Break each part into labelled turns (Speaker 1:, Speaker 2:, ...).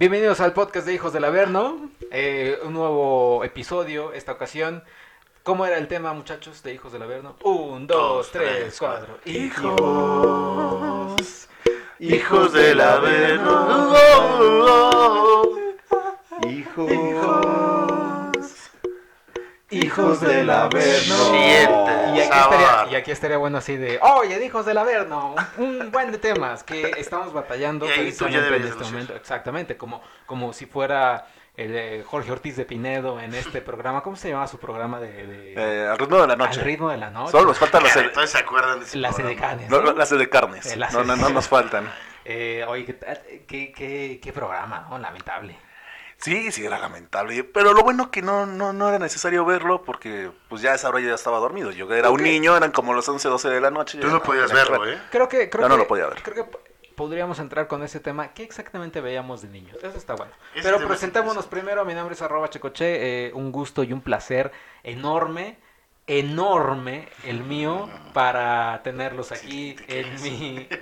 Speaker 1: Bienvenidos al podcast de Hijos del Averno. Eh, un nuevo episodio, esta ocasión. ¿Cómo era el tema, muchachos, de Hijos del Averno? Un, dos, tres, cuatro.
Speaker 2: Hijos, hijos del Averno. Oh, oh, oh. Hijos, hijos del Averno.
Speaker 1: Siete. Y aquí, estaría,
Speaker 2: sabor.
Speaker 1: y aquí estaría bueno así de, oye, hijos del Averno, un, un buen de temas que estamos batallando
Speaker 2: Y ahí tú
Speaker 1: precisamente
Speaker 2: ya deberías
Speaker 1: en este
Speaker 2: anunciar.
Speaker 1: momento. Exactamente, como, como si fuera el, eh, Jorge Ortiz de Pinedo en este programa. ¿Cómo se llamaba su programa de...? de-
Speaker 3: Eh, al ritmo de la noche.
Speaker 1: Al ritmo de la noche.
Speaker 3: Solo nos faltan las,
Speaker 2: Claro,
Speaker 3: sed-
Speaker 2: Entonces se acuerdan de ese
Speaker 1: Las
Speaker 2: programa.
Speaker 1: edecanes.
Speaker 3: no,
Speaker 1: ¿no?
Speaker 3: no, las de carnes.
Speaker 1: Eh, las
Speaker 3: no, no,
Speaker 1: de-
Speaker 3: no nos faltan.
Speaker 1: Eh, oye, ¿qué, tal? qué, qué, qué programa, ¿no? Lamentable.
Speaker 3: Sí, sí, era lamentable. Pero lo bueno que no, no, no era necesario verlo porque pues ya a esa hora yo ya estaba dormido. Yo era un niño, eran como las 11, 12 de la noche.
Speaker 2: Tú
Speaker 3: yo
Speaker 2: no
Speaker 3: ya-
Speaker 2: podías
Speaker 3: ya-
Speaker 2: verlo, ¿eh?
Speaker 1: Creo que... Creo
Speaker 3: No, no
Speaker 1: que-
Speaker 3: lo podía ver.
Speaker 1: Creo que po- podríamos entrar con ese tema. ¿Qué exactamente veíamos de niños? Eso está bueno.
Speaker 2: Ese
Speaker 1: Pero
Speaker 2: tema es
Speaker 1: presentémonos
Speaker 2: interesante.
Speaker 1: primero. Mi nombre es arroba checoche. eh, un gusto y un placer enorme, enorme el mío para tenerlos aquí en mi...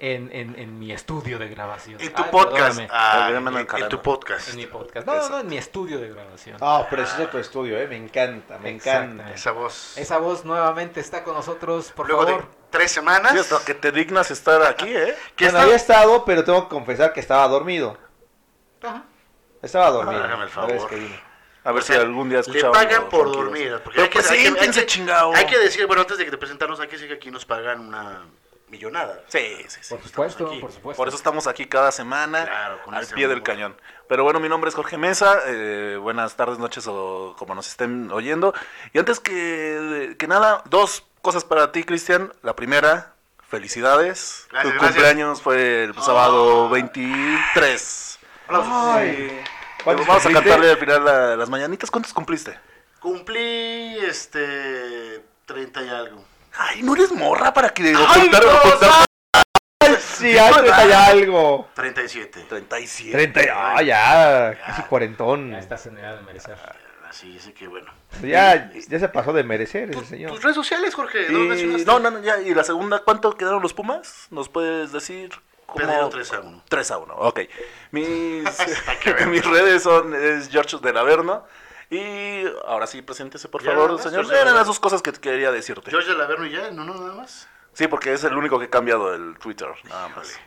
Speaker 1: En, en- en mi estudio de grabación.
Speaker 2: En tu
Speaker 1: Ay,
Speaker 2: podcast.
Speaker 1: perdóname.
Speaker 2: ah,
Speaker 3: Perdóname, no,
Speaker 2: en, en tu
Speaker 3: caramba.
Speaker 2: podcast.
Speaker 1: En mi podcast. No, no, no, en mi estudio de grabación.
Speaker 4: Ah, precioso tu estudio, eh. Me encanta, me encanta.
Speaker 1: Exactamente.
Speaker 2: Esa voz.
Speaker 1: Esa voz nuevamente está con nosotros, por
Speaker 2: Luego
Speaker 1: favor.
Speaker 2: de tres semanas.
Speaker 3: Sí, hasta que te dignas estar aquí, ¿eh?
Speaker 2: ¿Qué
Speaker 4: bueno,
Speaker 2: está-
Speaker 4: había estado, pero tengo que confesar que estaba dormido.
Speaker 1: Ajá.
Speaker 4: Estaba dormido.
Speaker 2: hágame el
Speaker 4: la vez
Speaker 2: favor.
Speaker 4: que vine.
Speaker 3: A ver
Speaker 2: O sea,
Speaker 3: si algún día
Speaker 2: Le
Speaker 3: escuchamos.
Speaker 2: pagan por
Speaker 3: tranquilos.
Speaker 2: dormir. Porque
Speaker 3: Pero
Speaker 2: hay que,
Speaker 3: pues
Speaker 2: hay que-
Speaker 3: sí,
Speaker 2: hay
Speaker 3: piense
Speaker 2: que-
Speaker 3: chingado.
Speaker 2: Hay que decir, bueno, antes de que te presentarnos, hay que decir que aquí nos pagan una millonada.
Speaker 3: Sí, sí, sí.
Speaker 1: Por supuesto,
Speaker 2: aquí.
Speaker 1: por supuesto.
Speaker 3: Por eso estamos aquí cada semana
Speaker 2: Claro, con
Speaker 3: al
Speaker 2: ese
Speaker 3: pie del
Speaker 2: humor.
Speaker 3: cañón. Pero bueno, mi nombre es Jorge Mesa. eh, buenas tardes, noches o como nos estén oyendo. Y antes que, que nada, dos cosas para ti, Cristian. La primera, felicidades.
Speaker 2: Gracias,
Speaker 3: tu
Speaker 2: gracias.
Speaker 3: cumpleaños fue el sábado 23.
Speaker 4: Ay, ¿cuántos
Speaker 3: Vamos a
Speaker 4: cumpliste?
Speaker 3: cantarle al final la- las mañanitas. ¿Cuántos cumpliste?
Speaker 2: Cumplí este 30 y algo.
Speaker 3: Ay, no eres morra para que
Speaker 2: ¡Ay,
Speaker 3: ocultar-
Speaker 2: no,
Speaker 3: ocultar-
Speaker 4: Ay, sí, hay 30 y algo.
Speaker 2: 37.
Speaker 3: 37.
Speaker 4: 30 y ah, ya, casi cuarentón.
Speaker 1: Ya estás en edad de merecer.
Speaker 2: Ah. Así, así que bueno.
Speaker 4: Ya, ya se pasó de merecer ese señor.
Speaker 2: Tus redes sociales, Jorge.
Speaker 3: Y-
Speaker 2: ¿Dónde mencionaste?
Speaker 3: no, no, no, ya, y la segunda, ¿cuánto quedaron los Pumas? ¿Nos puedes decir? cómo-
Speaker 2: Perdieron 3 a 1.
Speaker 3: 3 a 1, ok. Mis, mis redes son es George del Averno. Y ahora sí, preséntese, por
Speaker 2: Ya
Speaker 3: favor,
Speaker 2: nada más,
Speaker 3: señor.
Speaker 2: George del
Speaker 3: Eran las
Speaker 2: Averno.
Speaker 3: dos cosas que te quería decirte.
Speaker 2: George del Averno y ya, no, no, nada más.
Speaker 3: Sí, porque es el único que he cambiado el Twitter, nada más.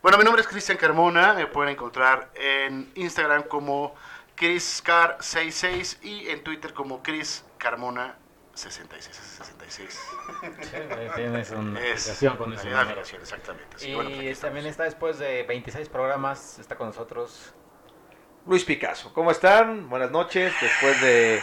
Speaker 2: Bueno, mi nombre es Cristian Carmona, me pueden encontrar en Instagram como ChrisCar66 y en Twitter como ChrisCarmona6666.
Speaker 1: Tienes una
Speaker 2: Es
Speaker 1: aplicación con ese
Speaker 2: hay una
Speaker 1: número.
Speaker 2: aplicación, exactamente. Sí,
Speaker 1: Y
Speaker 2: bueno, pues aquí estamos.
Speaker 1: también está después de 26 programas, está con nosotros.
Speaker 4: Luis Picasso, ¿cómo están? Buenas noches, después de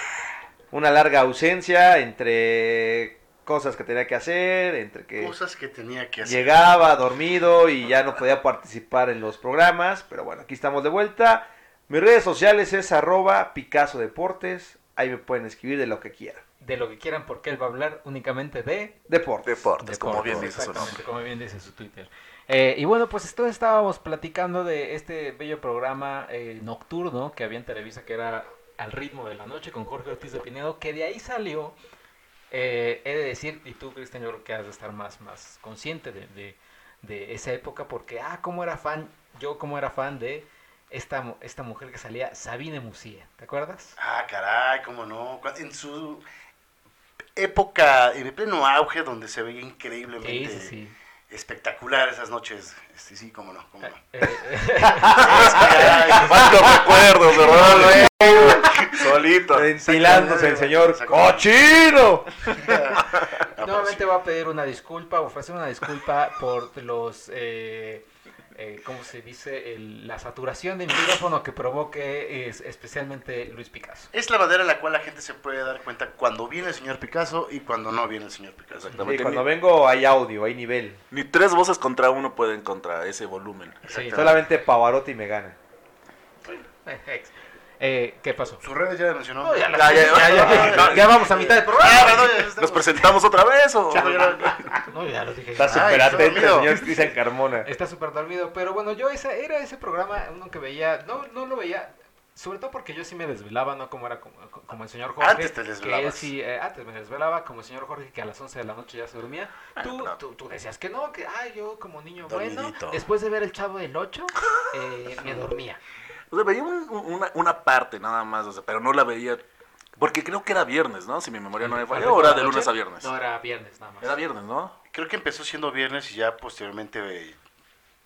Speaker 4: una larga ausencia entre cosas que tenía que hacer, entre que...
Speaker 2: Cosas que tenía que hacer.
Speaker 4: Llegaba dormido y ya no podía participar en los programas, pero bueno, aquí estamos de vuelta. Mis redes sociales es arroba Picasso Deportes, ahí me pueden escribir de lo que quieran.
Speaker 1: De lo que quieran, porque él va a hablar únicamente de
Speaker 4: Deportes.
Speaker 3: Deportes, como bien dice su
Speaker 1: exactamente,
Speaker 3: nombre.
Speaker 1: como bien dice su Twitter. Eh, y bueno, pues entonces estábamos platicando de este bello programa eh, nocturno que había en Televisa que era Al ritmo de la noche con Jorge Ortiz de Pinedo, que de ahí salió, eh, he de decir, y tú, Cristian, yo creo que has de estar más, más consciente de, de- de esa época, porque, ah, cómo era fan, yo cómo era fan de esta, mu- esta mujer que salía, Sabine Musía, ¿te acuerdas?
Speaker 2: Ah, caray, cómo no. Cu- En su época, en el pleno auge, donde se veía
Speaker 1: Sí,
Speaker 2: increíblemente
Speaker 1: sí, sí.
Speaker 2: espectacular esas noches. Sí, sí, cómo no, cómo no.
Speaker 1: Eh,
Speaker 2: Caray,
Speaker 3: ¿Cuántos recuerdos, verdad? Solito.
Speaker 4: Ventilándose el señor
Speaker 2: Exactamente.
Speaker 4: cochino.
Speaker 2: Ah, pues
Speaker 1: Nuevamente va a pedir una disculpa, ofrecer una disculpa por los, eh, eh, ¿cómo se dice? El- la saturación del micrófono que provoque es, especialmente Luis Picasso.
Speaker 2: Es la manera en la cual la gente se puede dar cuenta cuando viene el señor Picasso y cuando no viene el señor Picasso.
Speaker 3: Exactamente.
Speaker 4: Y cuando vengo hay audio, hay nivel.
Speaker 3: Ni tres voces contra uno pueden contra ese volumen.
Speaker 1: Sí.
Speaker 4: Solamente Pavarotti me gana.
Speaker 1: Eh, ¿Qué pasó?
Speaker 2: Sus redes ya las mencionó. Ah,
Speaker 1: No, ya, Ah, las-
Speaker 3: Ya, ya,
Speaker 1: ya, ya,
Speaker 3: ya.
Speaker 1: ya vamos a mitad del programa.
Speaker 3: ¿Nos presentamos otra vez o...?
Speaker 1: Ah, No, ya lo dije.
Speaker 4: Está
Speaker 2: Ay,
Speaker 4: súper
Speaker 2: Dios
Speaker 4: atento el
Speaker 2: mío.
Speaker 4: este señor Cristian Carmona.
Speaker 1: Está súper dormido, pero bueno, yo esa, era ese programa uno que veía, no, no lo veía, sobre todo porque yo sí me desvelaba, no como era como, como el señor Jorge.
Speaker 3: Antes te
Speaker 1: Que él
Speaker 3: desvelabas.
Speaker 1: sí, eh, antes me desvelaba como el señor Jorge que a las 11 de la noche ya se dormía.
Speaker 3: Bueno,
Speaker 1: tú,
Speaker 3: pero-
Speaker 1: tú, tú decías que no, que ah, yo como niño
Speaker 3: Dormidito.
Speaker 1: bueno, después de ver el chavo del 8, eh, me dormía.
Speaker 3: O sea, veía un- un- una, una parte nada más, o sea, pero no la veía. Porque creo que era viernes, ¿no? Si mi memoria no me falla. O era de lunes a viernes.
Speaker 1: No, era viernes nada más.
Speaker 3: Era viernes, ¿no?
Speaker 2: Creo que empezó siendo viernes y ya posteriormente eh,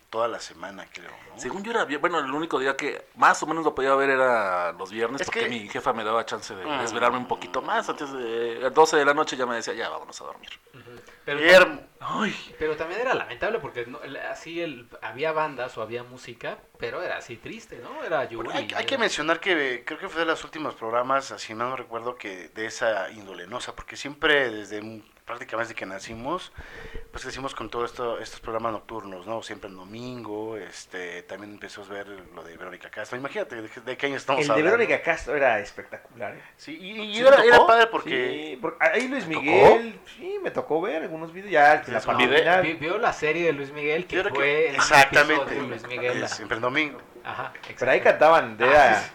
Speaker 2: toda la semana, creo. ¿no?
Speaker 3: Según yo era viernes. Bueno, el único día que más o menos lo podía ver era los viernes.
Speaker 2: Es
Speaker 3: porque
Speaker 2: que-
Speaker 3: mi jefa me daba chance de
Speaker 2: Ah.
Speaker 3: desvelarme un poquito más. Antes de 12 de la noche ya me decía, ya vámonos a dormir.
Speaker 1: Ujú. Pero,
Speaker 2: Guillermo,
Speaker 3: Ay,
Speaker 1: pero también era lamentable porque no- el- así el, había bandas o había música, pero era así triste, ¿no? Era Yuri.
Speaker 2: Bueno, hay, hay que
Speaker 1: era-
Speaker 2: mencionar que eh, creo que fue de los últimos programas, así no recuerdo, que de esa índole, ¿no? O sea, porque siempre desde m- prácticamente desde que nacimos, pues crecimos con todos esto, estos programas nocturnos, ¿no? Siempre el domingo, este, también empezó a ver lo de Verónica Castro. Imagínate de, qué- de qué año estamos
Speaker 4: El de
Speaker 2: hablando.
Speaker 4: Verónica Castro era espectacular. ¿eh?
Speaker 2: Sí, y, y
Speaker 3: ¿Sí te
Speaker 2: era, era
Speaker 3: tocó?
Speaker 2: padre porque...
Speaker 4: Sí, porque ahí Luis
Speaker 3: ¿Te tocó?
Speaker 4: Miguel, sí, me tocó ver algunos videos. Ya, que la
Speaker 2: Sí,
Speaker 4: parte
Speaker 2: video-
Speaker 4: final.
Speaker 1: Vi- vio la serie de Luis Miguel que
Speaker 2: Yo creo
Speaker 1: fue
Speaker 2: que-
Speaker 1: el
Speaker 2: exactamente.
Speaker 1: episodio de Luis Miguel.
Speaker 2: es siempre el domingo.
Speaker 1: Ajá,
Speaker 4: Pero ahí
Speaker 1: exacto.
Speaker 4: cantaban,
Speaker 1: Ah,
Speaker 4: era,
Speaker 1: sí,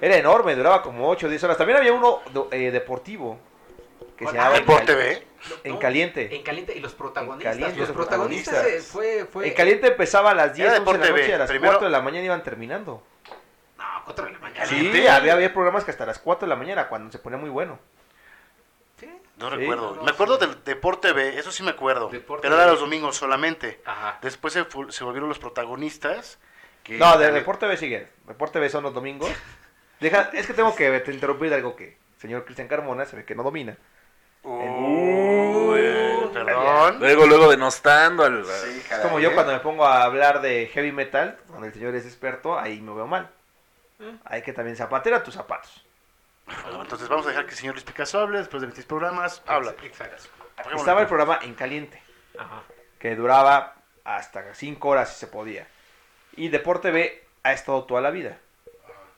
Speaker 4: era enorme, duraba como 8 o 10 horas. También había uno do- eh, deportivo que se
Speaker 1: Bueno,
Speaker 4: llamaba
Speaker 1: ah,
Speaker 4: En
Speaker 2: Por
Speaker 4: Cal-
Speaker 2: TV.
Speaker 4: En
Speaker 1: No,
Speaker 4: Caliente.
Speaker 1: En caliente y los protagonistas.
Speaker 4: En Caliente,
Speaker 1: los
Speaker 4: los
Speaker 1: protagonistas,
Speaker 4: protagonistas.
Speaker 1: eh, fue, fue
Speaker 4: En Caliente empezaba a las 10,
Speaker 2: Era
Speaker 4: 11 de la
Speaker 2: Deporte
Speaker 4: noche,
Speaker 2: B,
Speaker 4: a las
Speaker 2: primero-
Speaker 4: 4 de la mañana iban terminando.
Speaker 1: No, cuatro de la mañana.
Speaker 2: Caliente.
Speaker 4: Sí, había, había programas que hasta las 4 de la mañana, cuando se ponía muy bueno.
Speaker 1: Sí.
Speaker 2: No
Speaker 4: Sí.
Speaker 2: recuerdo.
Speaker 1: No,
Speaker 2: me acuerdo
Speaker 1: sí.
Speaker 2: del Deporte B, eso sí me acuerdo.
Speaker 1: Deporte
Speaker 2: pero era
Speaker 1: B.
Speaker 2: los domingos solamente.
Speaker 1: Ajá.
Speaker 2: Después se, fu- se volvieron los protagonistas. que-
Speaker 4: No, de Deporte B sigue. Deporte B son los domingos. Deja, es que tengo que te interrumpir de algo que señor Cristian Carmona se ve que no domina.
Speaker 2: Uy, perdón.
Speaker 3: Luego, luego denostando al.
Speaker 2: Sí,
Speaker 4: Es
Speaker 2: caray,
Speaker 4: como yo
Speaker 2: ¿eh?
Speaker 4: cuando me pongo a hablar de heavy metal, cuando el señor es experto, ahí me veo mal. Hay que también zapatear a tus zapatos.
Speaker 2: Bueno, entonces vamos a dejar que el señor Luis Picasso hable después de 26 programas. Habla.
Speaker 1: Exacto.
Speaker 4: Estaba el programa en caliente.
Speaker 1: Ajá.
Speaker 4: que duraba hasta 5 horas si se podía. Y Deporte B ha estado toda la vida.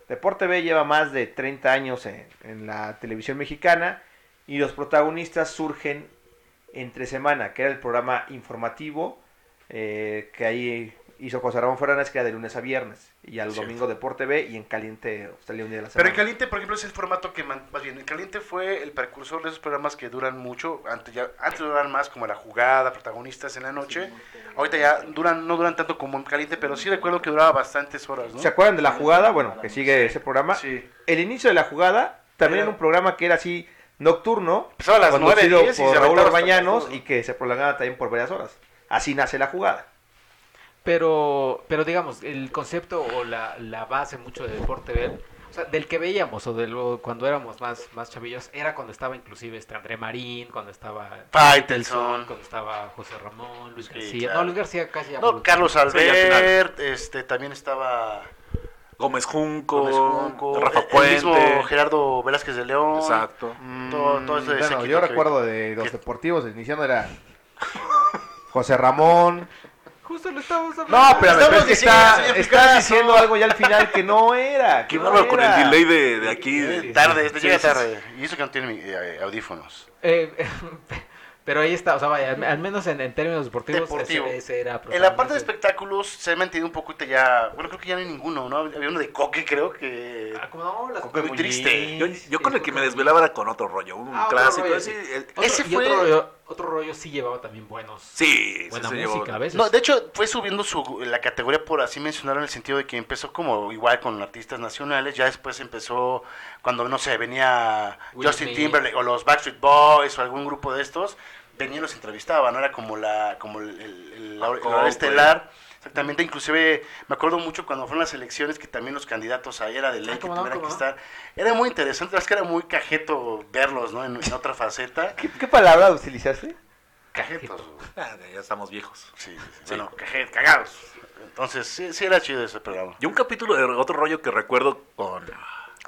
Speaker 4: Deporte B lleva más de 30 años en, en la televisión mexicana y los protagonistas surgen entre semana, que era el programa informativo eh, que ahí hizo José Ramón Fernández, que era de lunes a viernes. Y al
Speaker 2: Cierto.
Speaker 4: domingo Deporte B y en caliente pues, salía un día de la semana.
Speaker 2: Pero en Caliente, por ejemplo, es el formato que man- más bien. En Caliente fue el precursor de esos programas que duran mucho. Antes ya antes duraban más como la jugada, protagonistas en la noche. Ahorita ya duran no duran tanto como en Caliente, pero sí recuerdo que duraba bastantes horas, ¿no?
Speaker 4: ¿Se acuerdan de la jugada? Bueno, que sigue ese programa.
Speaker 2: Sí.
Speaker 4: El inicio de la jugada también
Speaker 2: Era-
Speaker 4: era un programa que era así nocturno,
Speaker 2: Empezaba a las nueve,
Speaker 4: conducido
Speaker 2: diez y
Speaker 4: por
Speaker 2: se
Speaker 4: Raúl
Speaker 2: aventaba hasta
Speaker 4: Orbañanos
Speaker 2: las dos.
Speaker 4: y que se prolongaba también por varias horas. Así nace la jugada.
Speaker 1: Pero, pero digamos, el concepto o la, la base mucho de Deporte Bell, o sea, del que veíamos o de lo, cuando éramos más, más chavillos, era cuando estaba inclusive este André Marín, cuando estaba
Speaker 2: Faitelson.
Speaker 1: cuando estaba José Ramón, Luis
Speaker 2: Sí,
Speaker 1: García.
Speaker 2: claro.
Speaker 1: No, Luis García casi ya
Speaker 2: No,
Speaker 1: volvió.
Speaker 2: Carlos
Speaker 3: Sí, al final.
Speaker 2: Albert, este, también estaba
Speaker 3: Gómez Junco,
Speaker 2: Gómez Junco,
Speaker 3: Rafa
Speaker 2: el-
Speaker 3: Puente.
Speaker 2: el mismo Gerardo Velázquez de León.
Speaker 3: Exacto.
Speaker 2: Todo- todo ese
Speaker 4: Mm, bueno,
Speaker 2: sequito
Speaker 4: yo
Speaker 2: que-
Speaker 4: recuerdo de los
Speaker 2: que-
Speaker 4: deportivos, iniciando era José Ramón.
Speaker 1: Justo lo estábamos hablando.
Speaker 4: No, pero
Speaker 2: Estamos
Speaker 4: es que
Speaker 2: diciendo,
Speaker 4: está-
Speaker 2: señor
Speaker 4: estás
Speaker 2: Picasso.
Speaker 4: diciendo algo ya al final que no era. que
Speaker 3: Qué
Speaker 4: no
Speaker 3: bárbaro con el
Speaker 4: era.
Speaker 3: delay de, de aquí.
Speaker 2: Eh,
Speaker 3: de-
Speaker 2: tarde, este
Speaker 3: Sí,
Speaker 2: llega
Speaker 3: sí, sí.
Speaker 2: tarde. Y eso que no tiene mi- eh, audífonos.
Speaker 1: Eh, pero ahí está, o sea, vaya, al- al menos en, en términos deportivos,
Speaker 2: Deportivo.
Speaker 1: Ese, ese era
Speaker 2: En la parte de
Speaker 1: protagonista.
Speaker 2: espectáculos se ha mantenido un poquito ya. Bueno, creo que ya no hay ninguno, ¿no? Había uno de Coque, creo que.
Speaker 1: Ah, como no, las-
Speaker 2: Coque muy triste.
Speaker 3: Yo, yo con el que me desvelaba era con otro rollo, un
Speaker 1: Ah, otro
Speaker 3: clásico.
Speaker 1: rollo,
Speaker 3: sí,
Speaker 1: sí.
Speaker 3: el-
Speaker 1: Otro-
Speaker 2: Ese
Speaker 1: y
Speaker 2: fue-
Speaker 1: otro rollo, otro rollo sí llevaba también buenos.
Speaker 3: sí, sí,
Speaker 1: buena
Speaker 3: se llevó-
Speaker 1: música a veces.
Speaker 2: No, de hecho, fue subiendo su, la categoría, por así mencionarlo, en el sentido de que empezó como igual con artistas nacionales. Ya después empezó cuando, no sé, venía
Speaker 1: Will
Speaker 2: Justin
Speaker 1: Smith.
Speaker 2: Timberlake o los Backstreet Boys o algún grupo de estos. Venían y los entrevistaban, ¿no? Era como la como el, el- el- la hora- la hora
Speaker 3: Coldplay.
Speaker 2: estelar. Exactamente, inclusive me acuerdo mucho cuando fueron las elecciones que también los candidatos ahí era de ley
Speaker 1: Ah,
Speaker 2: que
Speaker 1: cómo no,
Speaker 2: tuvieran que
Speaker 1: cómo no.
Speaker 2: estar. Era muy interesante, es que era muy cajeto verlos, ¿no? En, en otra faceta.
Speaker 4: ¿Qué, qué palabra utilizaste?
Speaker 2: Cajetos. güey.
Speaker 3: Ah, ya estamos viejos.
Speaker 2: Sí, sí,
Speaker 3: Sí.
Speaker 2: bueno, cajet- cagados. Entonces, sí, sí era chido ese programa.
Speaker 3: Y un capítulo de otro rollo que recuerdo con.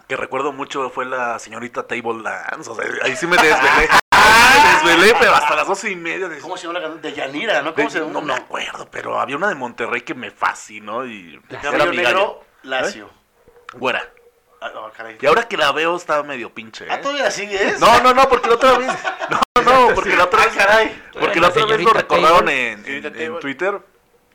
Speaker 3: Que recuerdo mucho fue la señorita Table Dance. O sea, ahí sí me desvelé. Ahí sí me desvelé, pero hasta las doce y media. de-
Speaker 2: ¿Cómo se llama la canción? De Yanira, ¿no? ¿Cómo
Speaker 3: de-
Speaker 2: se llama?
Speaker 3: no me acuerdo, pero había una de Monterrey que me fascinó y.
Speaker 2: De
Speaker 3: era
Speaker 2: cabello
Speaker 3: mi gallo.
Speaker 2: negro, lacio.
Speaker 3: Güera.
Speaker 2: Ah, no, caray.
Speaker 3: Y ahora que la veo está medio pinche. ¿eh?
Speaker 2: Ah, todavía sigues.
Speaker 3: No, no, no, porque la otra vez. No, no, porque la otra
Speaker 2: Ah,
Speaker 3: vez.
Speaker 2: caray.
Speaker 3: Porque la otra vez lo
Speaker 1: Señorita
Speaker 3: recordaron
Speaker 1: Table.
Speaker 3: en, en-
Speaker 2: Señorita
Speaker 3: en
Speaker 2: Table.
Speaker 3: Twitter.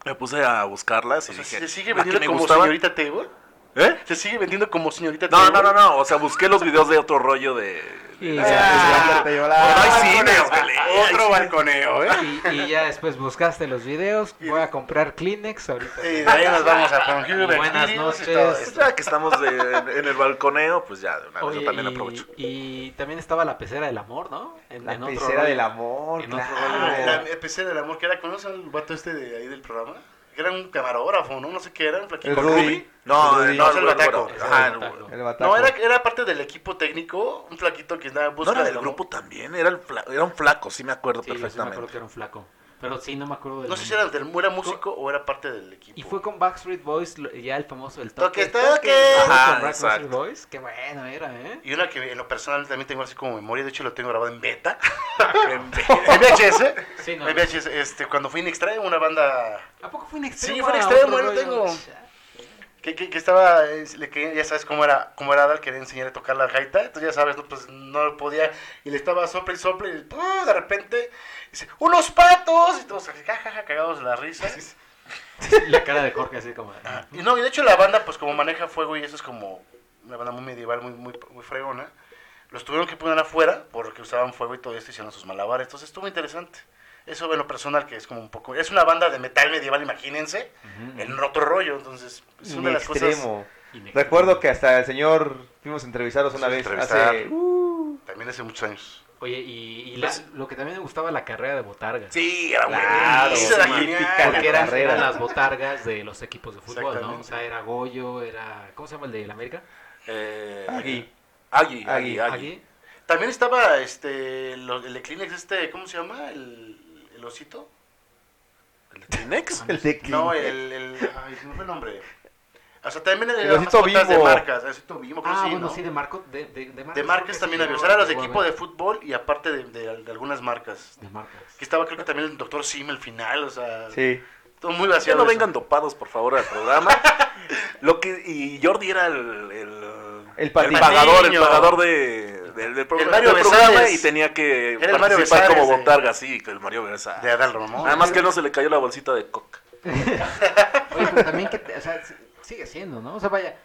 Speaker 3: Me puse a buscarlas y
Speaker 2: O sea,
Speaker 3: dije.
Speaker 2: ¿Se sigue
Speaker 3: "La que
Speaker 2: vendiendo
Speaker 3: me
Speaker 2: como
Speaker 3: gustaba".
Speaker 2: señorita Table?
Speaker 3: ¿Eh?
Speaker 2: Se sigue vendiendo como señorita.
Speaker 3: No,
Speaker 2: Taylor.
Speaker 3: no, no, no. O sea, busqué los videos de otro rollo de.
Speaker 1: Y, ya,
Speaker 4: Ah, te
Speaker 2: Ah,
Speaker 3: no hay
Speaker 4: llorar.
Speaker 3: cine, ojale.
Speaker 2: Otro ¿eh? balconeo, ¿eh?
Speaker 1: y- y ya después buscaste los videos. Voy a comprar Kleenex ahorita.
Speaker 2: Y de ahí nos vamos a fungir de
Speaker 1: Buenas
Speaker 2: Kiris y
Speaker 1: noches.
Speaker 2: todo
Speaker 3: Pues
Speaker 2: esto.
Speaker 3: ya que estamos de- en, en el balconeo, pues ya, de una vez
Speaker 1: Oye,
Speaker 3: yo también
Speaker 1: y-
Speaker 3: aprovecho.
Speaker 1: y, también estaba la pecera del amor, ¿no? En,
Speaker 4: La
Speaker 1: en otro
Speaker 4: pecera
Speaker 1: rollo.
Speaker 4: del amor,
Speaker 1: En otro
Speaker 2: Ah,
Speaker 1: rollo.
Speaker 4: claro.
Speaker 2: la- el PC del amor, que era, ¿conocen al vato este de ahí del programa? Que era un camarógrafo, ¿no? No sé qué era, un flaquito.
Speaker 4: El Rudy.
Speaker 3: No,
Speaker 4: Rudy.
Speaker 3: no,
Speaker 2: Es el
Speaker 3: bueno,
Speaker 2: bataco.
Speaker 3: bueno,
Speaker 1: Es el
Speaker 3: ajá, el-
Speaker 1: bataco.
Speaker 4: El bataco.
Speaker 2: No, era, era parte del equipo técnico, un flaquito que andaba en
Speaker 3: No
Speaker 2: busca
Speaker 3: era
Speaker 2: del
Speaker 3: del
Speaker 2: amor.
Speaker 3: grupo también, era, el fla- era un flaco, sí me acuerdo
Speaker 1: Sí, yo sí me acuerdo
Speaker 3: perfectamente.
Speaker 1: que era un flaco. Pero sí, no me acuerdo del
Speaker 2: No sé si
Speaker 1: nombre.
Speaker 2: era, del, era músico o era parte del equipo.
Speaker 1: Y fue con Backstreet Boys, lo- ya el famoso El
Speaker 2: Toque,
Speaker 1: Toque.
Speaker 2: toque.
Speaker 1: Ajá,
Speaker 3: Ajá,
Speaker 1: con Backstreet
Speaker 3: exacto.
Speaker 1: Boys. Qué bueno era, ¿eh?
Speaker 2: Y una que en lo personal también tengo así como memoria, de hecho lo tengo grabado en beta.
Speaker 3: En-
Speaker 2: en VHS.
Speaker 1: Sí, no.
Speaker 2: En VHS, este, cuando fui en Extrae, una banda
Speaker 1: ¿A poco fue en extremo?
Speaker 2: fue en
Speaker 1: Ah,
Speaker 2: extremo,
Speaker 1: otro
Speaker 2: ahí lo
Speaker 1: rollo.
Speaker 2: tengo. que, que, que estaba, eh, le quería- ya sabes cómo era, cómo era Adal, quería enseñar a tocar la gaita, entonces ya sabes, no, pues no podía, y le estaba sople y sople, y ¡pum! de repente, dice, ¡unos patos! Y todos, jajaja, cagados de la risa.
Speaker 1: La cara de Jorge así como...
Speaker 2: Y no, y de hecho la banda, pues como maneja fuego y eso es como una banda muy medieval, muy, muy, muy fregona, los tuvieron que poner afuera porque usaban fuego y todo esto, hicieron sus malabares, entonces estuvo interesante. Eso, bueno, personal, que es como un poco, es una banda de metal medieval, imagínense, en otro rollo, entonces, es una de
Speaker 4: Ni
Speaker 2: las cosas,
Speaker 4: extremo. Recuerdo que hasta el señor fuimos a entrevistarlos una
Speaker 2: Fuimos a
Speaker 4: vez
Speaker 2: entrevistar.
Speaker 4: hace
Speaker 2: también hace muchos años.
Speaker 1: Oye, y, y la-
Speaker 3: Pues-
Speaker 1: lo que también me gustaba la carrera de botargas.
Speaker 3: Sí, era
Speaker 4: Claro,
Speaker 3: buenísimo.
Speaker 2: Era
Speaker 4: sí,
Speaker 2: genial.
Speaker 4: típica
Speaker 1: Porque eran,
Speaker 4: carrera.
Speaker 1: eran las botargas de los equipos de fútbol, ¿no? O
Speaker 2: Exactamente.
Speaker 1: sea, era Goyo, era... ¿Cómo se llama el de la América?
Speaker 3: Eh,
Speaker 4: Agui. Agui,
Speaker 3: Agui, Agui, Agui.
Speaker 1: Agui.
Speaker 2: También estaba este lo- el de Kleenex este, ¿cómo se llama? El, el osito.
Speaker 3: ¿El de Kleenex?
Speaker 4: el de
Speaker 2: No,
Speaker 4: Clean.
Speaker 2: el, el ay, no fue el nombre. O sea, también eran
Speaker 4: El
Speaker 2: las
Speaker 4: osito
Speaker 2: mascotas de
Speaker 4: Bimbo.
Speaker 2: marcas, el osito Bimbo, creo
Speaker 1: Ah,
Speaker 2: sí,
Speaker 1: bueno,
Speaker 2: ¿no?
Speaker 1: sí, de Marco. De, de, de Marcos,
Speaker 2: De marcas
Speaker 1: sí,
Speaker 2: también
Speaker 1: sí,
Speaker 2: había, o
Speaker 1: no,
Speaker 2: sea, eran los de
Speaker 1: no,
Speaker 2: equipo de
Speaker 1: bueno.
Speaker 2: fútbol y aparte de, de- de algunas marcas.
Speaker 1: De Marcos.
Speaker 2: Que estaba creo que también el doctor Sim al final, o sea,
Speaker 4: Sí.
Speaker 2: todo muy
Speaker 3: Ya
Speaker 2: vaciado.
Speaker 3: no
Speaker 2: eso.
Speaker 3: vengan dopados, por favor, al programa. Lo que, y Jordi era el, el,
Speaker 4: El patiño.
Speaker 3: pagador, el pagador de, del, del programa,
Speaker 2: El Mario
Speaker 3: del programa
Speaker 2: Besares.
Speaker 3: y tenía que
Speaker 2: Era el Mario
Speaker 3: participar
Speaker 2: Besares,
Speaker 3: como
Speaker 2: eh.
Speaker 3: botarga, sí, que el Mario Besares.
Speaker 2: de Adal Ramón.
Speaker 3: Nada más que no se le cayó la bolsita de coca.
Speaker 1: Oye, pero también que. te- O sea, si- sigue siendo, ¿no? O sea, vaya.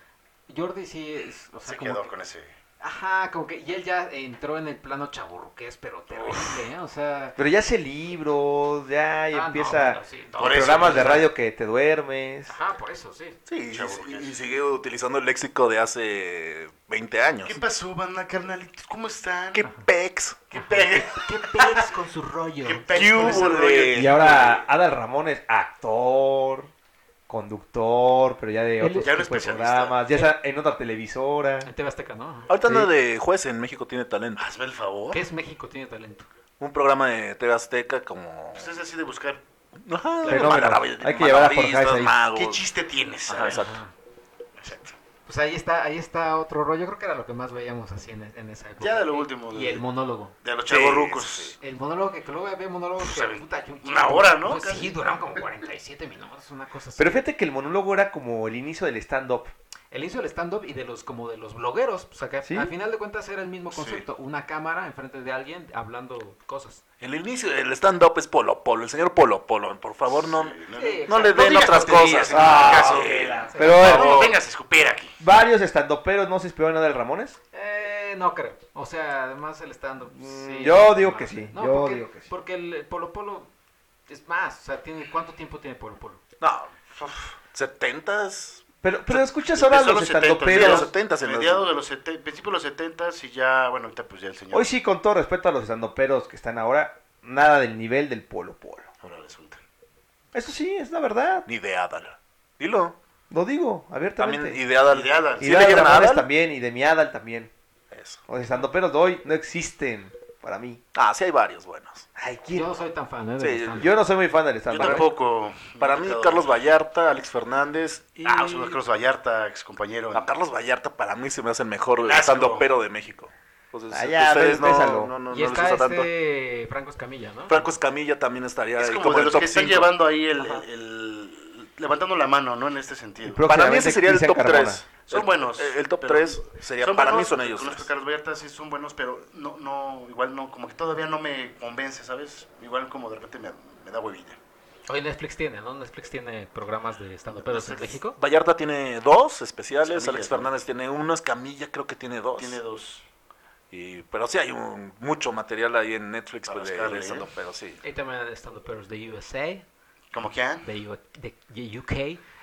Speaker 1: Jordi sí es. O sea,
Speaker 2: se
Speaker 1: como
Speaker 2: quedó
Speaker 1: que-
Speaker 2: con ese.
Speaker 1: Ajá, como que. Y él ya entró en el plano chaburruqués, pero terrible, ¿eh? O sea.
Speaker 4: Pero ya hace libros, ya y
Speaker 1: ah, no,
Speaker 4: empieza
Speaker 1: bueno, sí, no,
Speaker 2: Por eso,
Speaker 4: programas de
Speaker 2: o sea.
Speaker 4: radio que te duermes.
Speaker 1: Ajá, por eso, sí.
Speaker 3: Sí,
Speaker 2: Chavo,
Speaker 3: y-
Speaker 2: ¿qué
Speaker 3: y,
Speaker 2: es?
Speaker 3: sigue utilizando el léxico de hace 20 años.
Speaker 2: ¿Qué pasó, banda carnalitos? ¿Cómo están?
Speaker 3: ¿Qué pex?
Speaker 2: qué pegue?
Speaker 1: ¿Qué pex con su rollo?
Speaker 2: ¿Qué pegue con ese
Speaker 3: hubo
Speaker 2: rollo?
Speaker 3: de-
Speaker 4: Y ahora Adal Ramón es actor, conductor, pero ya de
Speaker 1: Él-
Speaker 4: otros
Speaker 2: Ya no
Speaker 4: tipos de
Speaker 2: especialista.
Speaker 4: programas, ya está en otra televisora.
Speaker 1: En TV Azteca, ¿no?
Speaker 3: Ahorita anda
Speaker 4: Sí.
Speaker 3: de juez en México tiene talento.
Speaker 2: Hazme el favor.
Speaker 1: ¿Qué es México tiene talento?
Speaker 3: Un programa de TV Azteca como...
Speaker 2: Pues es así de buscar
Speaker 3: Ajá,
Speaker 4: Fenómeno.
Speaker 3: malabar-
Speaker 4: Hay que llevar a Jorge
Speaker 3: malabaristas,
Speaker 4: ahí.
Speaker 3: magos.
Speaker 2: qué chiste tienes.
Speaker 3: Ajá, exacto.
Speaker 1: Ajá.
Speaker 2: Exacto.
Speaker 1: Pues ahí está, ahí está otro rollo. Creo que era lo que más veíamos así en, en esa época.
Speaker 2: Ya de lo último,
Speaker 1: Y
Speaker 2: de-
Speaker 1: el monólogo.
Speaker 2: De los
Speaker 3: Sí,
Speaker 2: chavos rucos.
Speaker 3: sí.
Speaker 1: El monólogo que, que luego había monólogos que,
Speaker 2: Pues,
Speaker 1: puta, yo-
Speaker 2: una hora, ¿no?
Speaker 1: Pues,
Speaker 2: Casi.
Speaker 1: sí, duraron como 47 minutos, una cosa así.
Speaker 4: Pero fíjate que el monólogo era como el inicio del stand-up.
Speaker 1: Él hizo el stand-up y de los como de los blogueros. Pues acá,
Speaker 4: ¿Sí?
Speaker 1: al final de cuentas era el mismo
Speaker 2: Sí.
Speaker 1: concepto. Una cámara enfrente de alguien hablando cosas.
Speaker 3: El inicio del stand-up es Polo Polo, el señor Polo Polo. Por favor, no,
Speaker 2: no,
Speaker 1: Sí,
Speaker 3: no le
Speaker 2: no
Speaker 3: den
Speaker 2: digas
Speaker 3: otras
Speaker 2: tonterías,
Speaker 3: cosas.
Speaker 2: en
Speaker 3: Ah,
Speaker 2: ningún caso.
Speaker 1: Sí.
Speaker 4: Pero
Speaker 2: No,
Speaker 4: bueno,
Speaker 2: no vengas a escupir aquí.
Speaker 4: varios stand-uperos no se inspiraron en Adal Ramones.
Speaker 1: Eh, no creo. O sea, además el stand-up.
Speaker 4: Mm,
Speaker 1: sí,
Speaker 4: yo
Speaker 1: es
Speaker 4: digo
Speaker 1: más.
Speaker 4: que sí,
Speaker 1: No,
Speaker 4: yo
Speaker 1: porque,
Speaker 4: digo que sí.
Speaker 1: Porque el Polo Polo es más. O sea, tiene, ¿cuánto tiempo tiene Polo Polo?
Speaker 3: No, setentas.
Speaker 4: Pero, pero escuchas ahora a
Speaker 2: Empezó
Speaker 4: los
Speaker 2: mediados-
Speaker 4: stand-uperos.
Speaker 3: los 70s, en los-
Speaker 2: mediados de los 70, principios de los 70 y ya, bueno, ahorita pues ya el señor.
Speaker 4: Hoy sí, con todo respeto a los estandoperos que están ahora, nada del nivel del Polo Polo.
Speaker 2: Ahora resulta.
Speaker 4: Eso sí, es la verdad.
Speaker 3: Ni de Adal. Dilo.
Speaker 4: Lo digo,
Speaker 3: También, y
Speaker 4: abiertamente.
Speaker 3: de Adal.
Speaker 2: Y de Adal.
Speaker 4: Y,
Speaker 3: ¿Sí
Speaker 4: de
Speaker 3: le
Speaker 4: Adal
Speaker 3: llevan a
Speaker 4: Ramones
Speaker 3: Adal?
Speaker 4: también, y de mi Adal también.
Speaker 3: Eso.
Speaker 4: Los estandoperos de hoy no existen para mí.
Speaker 3: Ah, sí hay varios buenos.
Speaker 4: Ay, ¿quién?
Speaker 1: Yo no soy tan fan, ¿eh? del
Speaker 3: Sí,
Speaker 1: stand-up.
Speaker 4: Yo no soy muy fan del
Speaker 2: Yo
Speaker 4: stand-up. ¿eh?
Speaker 2: tampoco.
Speaker 3: Para mí, Carlos Vallarta, Alex Fernández y...
Speaker 2: Ah, o sea, Carlos Vallarta, ex compañero.
Speaker 3: No, Carlos Vallarta para mí se me hace el mejor
Speaker 2: Asco.
Speaker 3: stand-upero de México. Entonces,
Speaker 4: Ah, ya,
Speaker 3: ustedes
Speaker 4: ves,
Speaker 3: no,
Speaker 4: bésalo.
Speaker 3: no, no, no
Speaker 1: y
Speaker 3: les
Speaker 1: está
Speaker 3: gusta tanto.
Speaker 1: este Franco Escamilla, ¿no?
Speaker 3: Franco Escamilla también estaría
Speaker 2: es
Speaker 3: ahí
Speaker 2: como,
Speaker 3: como
Speaker 2: de
Speaker 3: en
Speaker 2: los
Speaker 3: top
Speaker 2: que están
Speaker 3: cinco.
Speaker 2: llevando ahí el,
Speaker 3: Ajá.
Speaker 2: el- levantando la mano, ¿no? En este sentido.
Speaker 4: Pro-
Speaker 3: Para mí ese sería el
Speaker 4: Cristian
Speaker 3: top
Speaker 4: Carmona.
Speaker 3: 3.
Speaker 2: Son buenos,
Speaker 3: El, el top
Speaker 2: pero-
Speaker 3: 3 sería,
Speaker 2: Son
Speaker 3: para
Speaker 2: buenos,
Speaker 3: mí son ellos.
Speaker 2: Conozco a
Speaker 3: tres.
Speaker 2: Carlos Vallarta, sí son buenos, pero no, no, igual no, como que todavía no me convence, ¿sabes? Igual como de repente me, me da huevilla.
Speaker 1: Hoy Netflix tiene, ¿no? Netflix tiene programas de estando pedos en México.
Speaker 3: Vallarta tiene dos especiales,
Speaker 2: Escamilla,
Speaker 3: Alex
Speaker 2: ¿no?
Speaker 3: Fernández tiene uno, Escamilla creo que tiene dos.
Speaker 2: Tiene dos.
Speaker 3: Y, pero sí hay un- mucho material ahí en Netflix
Speaker 2: Para
Speaker 3: pues, de,
Speaker 2: buscarle,
Speaker 3: de stand-up,
Speaker 2: ¿eh?
Speaker 3: pero sí.
Speaker 1: Y también estando pedos de USA,
Speaker 2: ¿Cómo quién?
Speaker 1: de, U- de- de UK.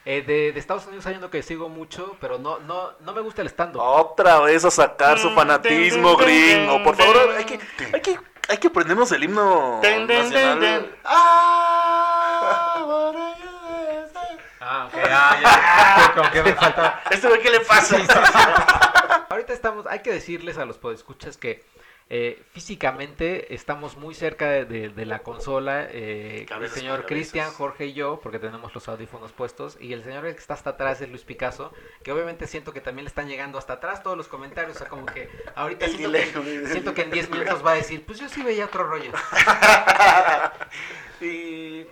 Speaker 1: Eh, de, de Estados Unidos hay uno que sigo mucho, pero no, no, no me gusta el stand-up.
Speaker 2: Oh.
Speaker 3: Otra vez a sacar su fanatismo gringo. Por favor, hay que, hay que, hay que aprendernos el himno nacional.
Speaker 1: Ah, ok, ah, ya. Como que me faltaba.
Speaker 2: ¿Este güey qué le pasa?
Speaker 1: Ahorita estamos, hay que decirles a los podescuchas que eh, físicamente estamos muy cerca de, de- de la consola. eh, el
Speaker 2: Cabezas
Speaker 1: señor
Speaker 2: con cabezas.
Speaker 1: Cristian, Jorge y yo, porque tenemos los audífonos puestos. Y el señor que está hasta atrás es Luis Picasso, que obviamente siento que también le están llegando hasta atrás todos los comentarios. O sea, como que ahorita
Speaker 2: El
Speaker 1: siento
Speaker 2: delay,
Speaker 1: que,
Speaker 2: güey.
Speaker 1: siento que en 10 minutos va a decir, pues yo sí veía otro rollo.
Speaker 3: Y-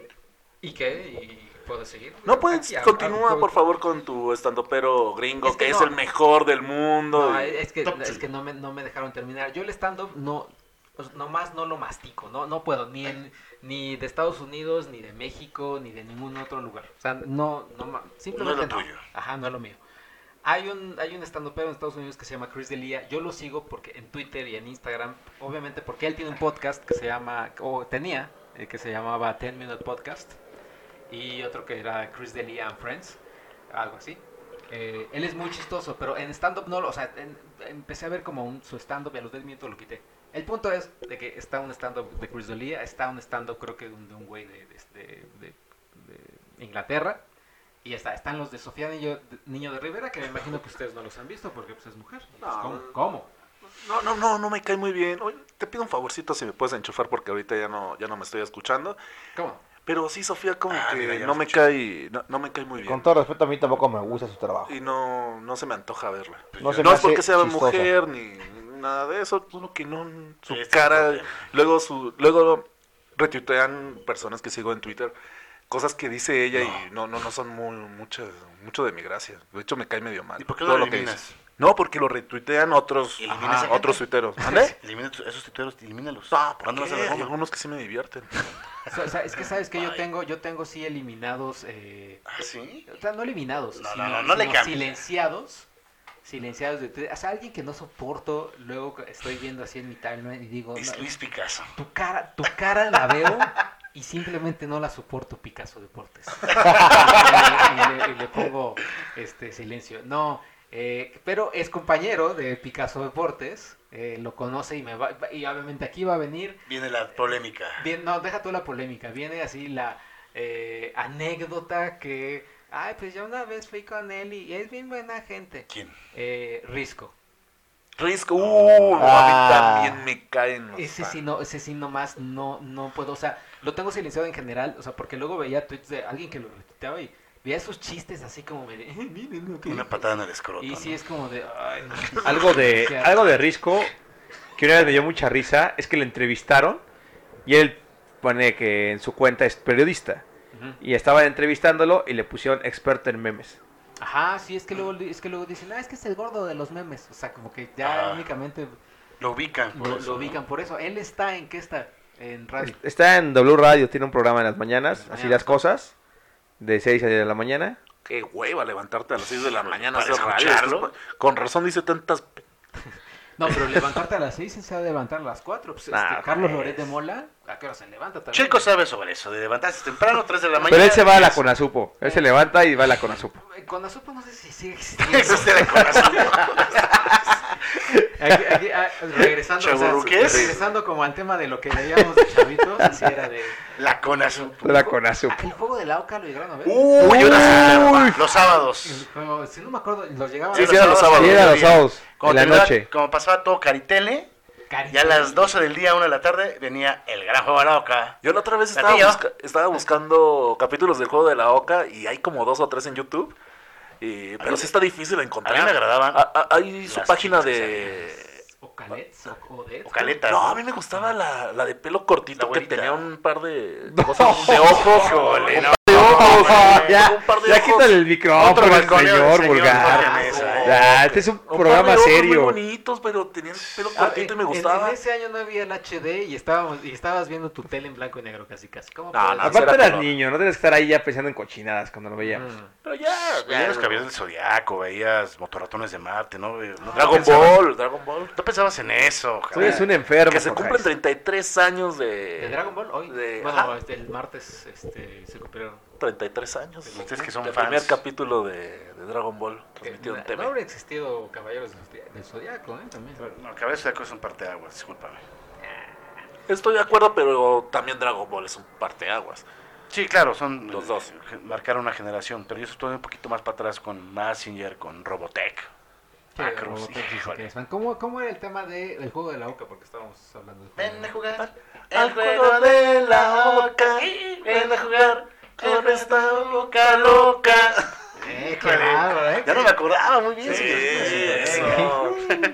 Speaker 1: ¿Y qué? ¿Y puedo seguir?
Speaker 3: No puedes,
Speaker 1: Aquí, a-
Speaker 3: continúa
Speaker 1: a-
Speaker 3: por favor con tu estandopero gringo,
Speaker 1: Es que
Speaker 3: que, es
Speaker 1: no.
Speaker 3: el mejor del mundo.
Speaker 1: No, eh,
Speaker 3: y-
Speaker 1: es que,
Speaker 2: Top
Speaker 1: es
Speaker 2: three.
Speaker 1: que no, me, no me dejaron terminar. Yo el stand-up no, pues, nomás no lo mastico, no, no puedo, ni, en- ni de Estados Unidos, ni de México, ni de ningún otro lugar. O sea, no, no, ma- simplemente
Speaker 2: No es lo tuyo.
Speaker 1: Ajá, no es lo mío. Hay un, hay un stand en Estados Unidos que se llama Chris D'Elia. Yo lo sigo porque en Twitter y en Instagram, obviamente porque él tiene un podcast que se llama, o tenía, eh, que se llamaba 10 Minute Podcast. Y otro que era Chris D'Elia and Friends, algo así. Eh, él es muy chistoso, pero en stand-up no lo. O sea, en- empecé a ver como un, su stand-up y a los 10 minutos lo quité. El punto es de que está un stand-up de Chris D'Elia, está un stand-up, creo que un- de un güey de, de- de- de Inglaterra. Y está, están los de Sofía Niño, Niño de Rivera, que me imagino que ustedes no los han visto porque pues, es mujer. Y, pues,
Speaker 3: No.
Speaker 1: ¿Cómo? ¿Cómo?
Speaker 3: No, no, no, no me cae muy bien. Oye, te pido un favorcito si me puedes enchufar porque ahorita ya no, ya no me estoy escuchando.
Speaker 1: ¿Cómo?
Speaker 3: Pero sí, Sofía, como
Speaker 2: Ah,
Speaker 3: que
Speaker 2: mira, ya
Speaker 3: no
Speaker 2: lo
Speaker 3: me cae, no, no me cae muy bien.
Speaker 5: Con todo respeto, a mí tampoco me gusta su trabajo.
Speaker 3: Y no, no se me antoja verla.
Speaker 5: No se
Speaker 3: no
Speaker 5: me
Speaker 3: es porque
Speaker 5: hace
Speaker 3: sea
Speaker 5: chistosa.
Speaker 3: mujer ni nada de eso, solo que no su
Speaker 2: Este
Speaker 3: cara,
Speaker 2: problema.
Speaker 3: luego su luego retuitean personas que sigo en Twitter cosas que dice ella y no no no son muy muchas mucho de mi gracia. De hecho me cae medio mal.
Speaker 2: ¿Y por qué
Speaker 3: todo
Speaker 2: lo
Speaker 3: que
Speaker 2: eliminas?
Speaker 3: dice. no, porque lo retuitean otros
Speaker 2: ¿Eliminas
Speaker 3: ajá,
Speaker 2: a gente?
Speaker 3: otros tuiteros. ¿Mande?
Speaker 2: Elimina tu- esos titeros, elimínalos.
Speaker 3: Ah, ¿por
Speaker 2: Mándalos a la
Speaker 3: qué? Hay
Speaker 2: goma.
Speaker 3: algunos que sí me divierten.
Speaker 1: O sea, es que sabes que yo
Speaker 2: Ay.
Speaker 1: tengo, yo tengo sí eliminados. eh,
Speaker 2: ¿Ah, sí?
Speaker 1: O sea, no eliminados,
Speaker 2: No, no,
Speaker 1: sino,
Speaker 2: no, no le
Speaker 1: sino
Speaker 2: cambies.
Speaker 1: silenciados. Silenciados de Twitter. O sea, alguien que no soporto, luego que estoy viendo así en mi timeline y digo,
Speaker 2: Es
Speaker 1: "No,
Speaker 2: Luis Picasso.
Speaker 1: tu cara, tu cara la veo y simplemente no la soporto, Picasso Deportes. y, le, y le- y le pongo este silencio. No, eh, pero es compañero de Picasso Deportes, eh, lo conoce y me va, y obviamente aquí va a venir
Speaker 2: Viene la polémica.
Speaker 1: Bien, no, deja toda la polémica. Viene así la eh, anécdota que. Ay, pues yo una vez fui con él y es bien buena gente.
Speaker 2: ¿Quién?
Speaker 1: Eh, Risco.
Speaker 3: Risco, uh, no,
Speaker 5: Ah.
Speaker 3: a mí también me caen. los
Speaker 1: Ese
Speaker 3: fans.
Speaker 1: sí, no, ese sí nomás no, no puedo. O sea, lo tengo silenciado en general. O sea, porque luego veía tweets de alguien que lo retuiteaba y veía esos chistes así como de. "Eh, miren lo que
Speaker 2: Una
Speaker 1: hizo".
Speaker 2: patada en el escroto.
Speaker 1: Y sí
Speaker 2: ¿no?
Speaker 1: es como de. Ay, no.
Speaker 4: Algo de,
Speaker 1: O sea,
Speaker 4: algo de Risco que una vez me dio mucha risa es que le entrevistaron y él pone que en su cuenta es periodista
Speaker 1: ujú.
Speaker 4: y estaban entrevistándolo y le pusieron experto en memes.
Speaker 1: Ajá, sí, es que luego, es que luego dicen, ah, es que es el gordo de los memes. O sea, como que ya
Speaker 2: Ah.
Speaker 1: únicamente
Speaker 2: Lo ubican. por
Speaker 1: lo,
Speaker 2: eso,
Speaker 1: lo
Speaker 2: ¿no?
Speaker 1: ubican por eso. Él está en qué está en radio.
Speaker 4: Está en W Radio, tiene un programa en las mañanas,
Speaker 1: las
Speaker 4: así las
Speaker 1: mañanas.
Speaker 4: cosas, de 6 a 10 de la mañana.
Speaker 3: Qué hueva levantarte a las 6 de la mañana a
Speaker 2: Para
Speaker 3: hacer radio.
Speaker 2: escucharlo.
Speaker 3: Esto es pa- Con razón dice tantas. pe-
Speaker 1: No, pero levantarte a las 6 se va a levantar a las 4. Pues, este,
Speaker 4: Ah,
Speaker 1: Carlos
Speaker 4: pues.
Speaker 1: Loret de Mola, ¿a qué hora se levanta? También?
Speaker 2: Checo sabe sobre eso, de levantarse temprano, 3 de la mañana. Eh.
Speaker 4: Pero él se va a la Conazupo, él se levanta y va a la Conazupo.
Speaker 1: Eh, Con la sopa no sé si sigue
Speaker 2: Eso
Speaker 1: existiendo.
Speaker 2: es de corazón.
Speaker 1: Aquí- aquí, ah, regresando, o sea,
Speaker 2: ¿Chavorruques?
Speaker 1: regresando como al tema de lo que veíamos de chavitos, así era de...
Speaker 2: La conazo.
Speaker 4: La
Speaker 1: Ah,
Speaker 4: Conazupo.
Speaker 1: el juego de la Oca lo llegaron a ver.
Speaker 4: Uh.
Speaker 2: Uy, una cita. Los sábados.
Speaker 1: El juego, si no me acuerdo, lo llegaban
Speaker 2: Sí,
Speaker 1: a
Speaker 2: sí, era los sábados.
Speaker 4: Sí, era los
Speaker 2: Bien.
Speaker 4: sábados, en
Speaker 2: Como
Speaker 4: la
Speaker 2: terminaba-
Speaker 4: noche.
Speaker 2: Como pasaba todo Caritele,
Speaker 1: Cari-
Speaker 2: ya a las 12 del día, 1 de la tarde, venía el gran juego de la Oca.
Speaker 3: Yo la otra vez estaba,
Speaker 2: Gatillo.
Speaker 3: busca- estaba buscando capítulos del juego de la Oca y hay como dos o tres en YouTube. Y, pero
Speaker 2: mí-
Speaker 3: sí está difícil encontrar.
Speaker 2: a mí me agradaban.
Speaker 3: A- a- hay su
Speaker 2: Las
Speaker 3: página
Speaker 2: chicas
Speaker 3: de.
Speaker 1: O Calets, o Odets.
Speaker 2: O Caleta.
Speaker 3: No, a mí me gustaba la, la de pelo
Speaker 2: La
Speaker 3: cortito que
Speaker 2: güerita.
Speaker 3: tenía un par de cosas de ojos.
Speaker 2: Híjole,
Speaker 3: un
Speaker 2: no,
Speaker 3: par de ojos.
Speaker 4: ya,
Speaker 3: un par de
Speaker 4: ya
Speaker 3: ojos.
Speaker 4: quítale el micrófono,
Speaker 2: Otro
Speaker 4: al
Speaker 2: balconeo del
Speaker 4: señor
Speaker 2: señor
Speaker 1: Ah,
Speaker 4: vulgar.
Speaker 2: Jorge Mesa. eh.
Speaker 4: Ah, este es un
Speaker 3: Un
Speaker 4: programa
Speaker 3: par de locos
Speaker 4: serio.
Speaker 3: Oh, Muy bonitos, pero tenían pelo
Speaker 1: Ah,
Speaker 3: cortito y me
Speaker 1: en-
Speaker 3: gustaba.
Speaker 1: En, ese año no había el HD y estábamos y estabas viendo tu tele en blanco y negro casi casi. ¿Cómo
Speaker 3: No,
Speaker 1: puedes?
Speaker 3: no,
Speaker 4: Aparte
Speaker 3: Era
Speaker 4: eras
Speaker 3: color.
Speaker 4: niño, no tenías que estar ahí ya pensando en cochinadas cuando lo veíamos.
Speaker 1: Mm.
Speaker 3: Pero ya,
Speaker 2: Veías los
Speaker 3: güey.
Speaker 2: caballeros del Zodiaco, veías Motorratones de Marte, ¿no? No, no
Speaker 3: Dragon
Speaker 2: pensabas-
Speaker 3: Ball, Dragon Ball.
Speaker 2: No pensabas en eso,
Speaker 4: Tú
Speaker 2: ojalá.
Speaker 4: eres un enfermo.
Speaker 3: Que se
Speaker 4: Jorge.
Speaker 3: cumplen 33 años de.
Speaker 1: ¿De Dragon Ball hoy?
Speaker 3: de-
Speaker 1: bueno,
Speaker 3: ajá.
Speaker 1: este, el martes este, se cumplieron.
Speaker 3: 33 años.
Speaker 2: Ustedes que son
Speaker 3: el
Speaker 2: fans.
Speaker 3: primer capítulo de, de Dragon Ball transmitido en
Speaker 1: Pues, No,
Speaker 3: TV.
Speaker 1: habría existido Caballeros del Zodi- del Zodiaco, ¿eh? También.
Speaker 2: No, Caballeros del Zodiaco es un parteaguas, discúlpame.
Speaker 3: Estoy de acuerdo, pero también Dragon Ball es un parteaguas.
Speaker 2: Sí, claro, son
Speaker 3: Los dos.
Speaker 2: eh, marcaron una generación, pero yo estoy un poquito más para atrás con Massinger, con Robotech.
Speaker 1: Qué
Speaker 2: Ah, Cruz,
Speaker 1: robotecos que
Speaker 2: híjole.
Speaker 1: es, man. ¿Cómo, ¿Cómo era el tema de- del juego de la boca? Porque estábamos hablando del juego de la
Speaker 2: jugar
Speaker 3: Al juego de la boca, ven a jugar con esta boca loca.
Speaker 1: Eh, qué bárbaro, ¿eh?
Speaker 2: Ya no me acordaba muy bien.
Speaker 3: Sí,
Speaker 2: señor.
Speaker 3: eso.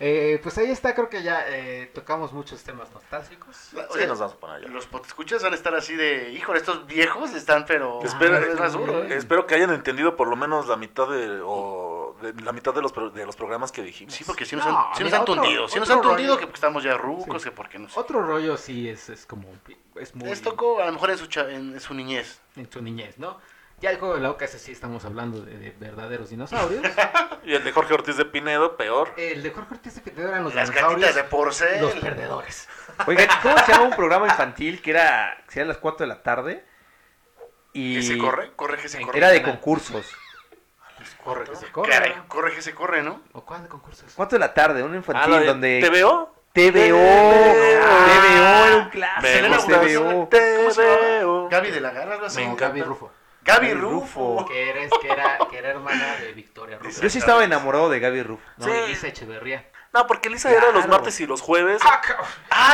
Speaker 1: Eh, pues ahí está, creo que ya eh, tocamos muchos temas nostálgicos.
Speaker 3: Sí, nos vamos a poner allá.
Speaker 2: Los potescuchas van a estar así de, híjole, estos viejos están, pero
Speaker 3: Espero,
Speaker 2: es más duro.
Speaker 1: eh.
Speaker 3: espero que hayan entendido por lo menos la mitad de, o de- la mitad de los, pro- de los programas que dijimos.
Speaker 2: Sí, porque si nos,
Speaker 1: No,
Speaker 2: han, sí nos
Speaker 1: mira,
Speaker 2: han
Speaker 1: otro-
Speaker 2: tundido, si nos
Speaker 1: otro
Speaker 2: han tundido
Speaker 1: rollo.
Speaker 2: que porque estamos ya rucos,
Speaker 1: Sí.
Speaker 2: que porque no sé.
Speaker 1: Otro rollo sí es, es como, es muy
Speaker 2: Les tocó a lo mejor en su, cha- en- en su niñez.
Speaker 1: en su niñez, ¿no? Ya el juego de la boca, ese sí estamos hablando de, de verdaderos dinosaurios.
Speaker 3: Y el de Jorge Ortiz de Pinedo, peor.
Speaker 1: el de Jorge Ortiz de Pinedo eran los
Speaker 2: Las
Speaker 1: dinosaurios,
Speaker 2: gatitas de porcel.
Speaker 1: los perdedores.
Speaker 4: Oiga, ¿cómo se llama un programa infantil que era, que sería a las 4 de la tarde? Y
Speaker 2: ¿Que se corre? ¿Corre que se
Speaker 1: En-
Speaker 2: corre?
Speaker 4: Era de concursos.
Speaker 1: Corre, que se corre.
Speaker 2: Caray,
Speaker 1: ¿no?
Speaker 2: corre que se corre, ¿no?
Speaker 1: ¿O cuál de concursos?
Speaker 4: 4 de la tarde, un
Speaker 3: Ah, la
Speaker 4: infantil
Speaker 3: de
Speaker 4: donde...
Speaker 3: ¿Te veo?
Speaker 4: TVO.
Speaker 3: Ah.
Speaker 4: TVO era un clásico.
Speaker 2: Ah, Selena
Speaker 4: los
Speaker 3: gusta.
Speaker 2: Gomez.
Speaker 4: TVO.
Speaker 2: ¿Cómo se llamaba?
Speaker 3: veo.
Speaker 2: Gaby de la Garra, algo así.
Speaker 3: Me
Speaker 1: No,
Speaker 3: encanta.
Speaker 1: Gaby Rufo.
Speaker 2: Gaby
Speaker 4: Gaby
Speaker 2: Rufo.
Speaker 4: Rufo.
Speaker 1: Que era, que era, que era hermana de Victoria Rufo.
Speaker 4: Yo sí estaba enamorado de Gaby Rufo.
Speaker 1: No,
Speaker 3: Sí.
Speaker 1: y Lisa Echeverría.
Speaker 3: No, porque Lisa era los martes y los jueves.
Speaker 2: Ah,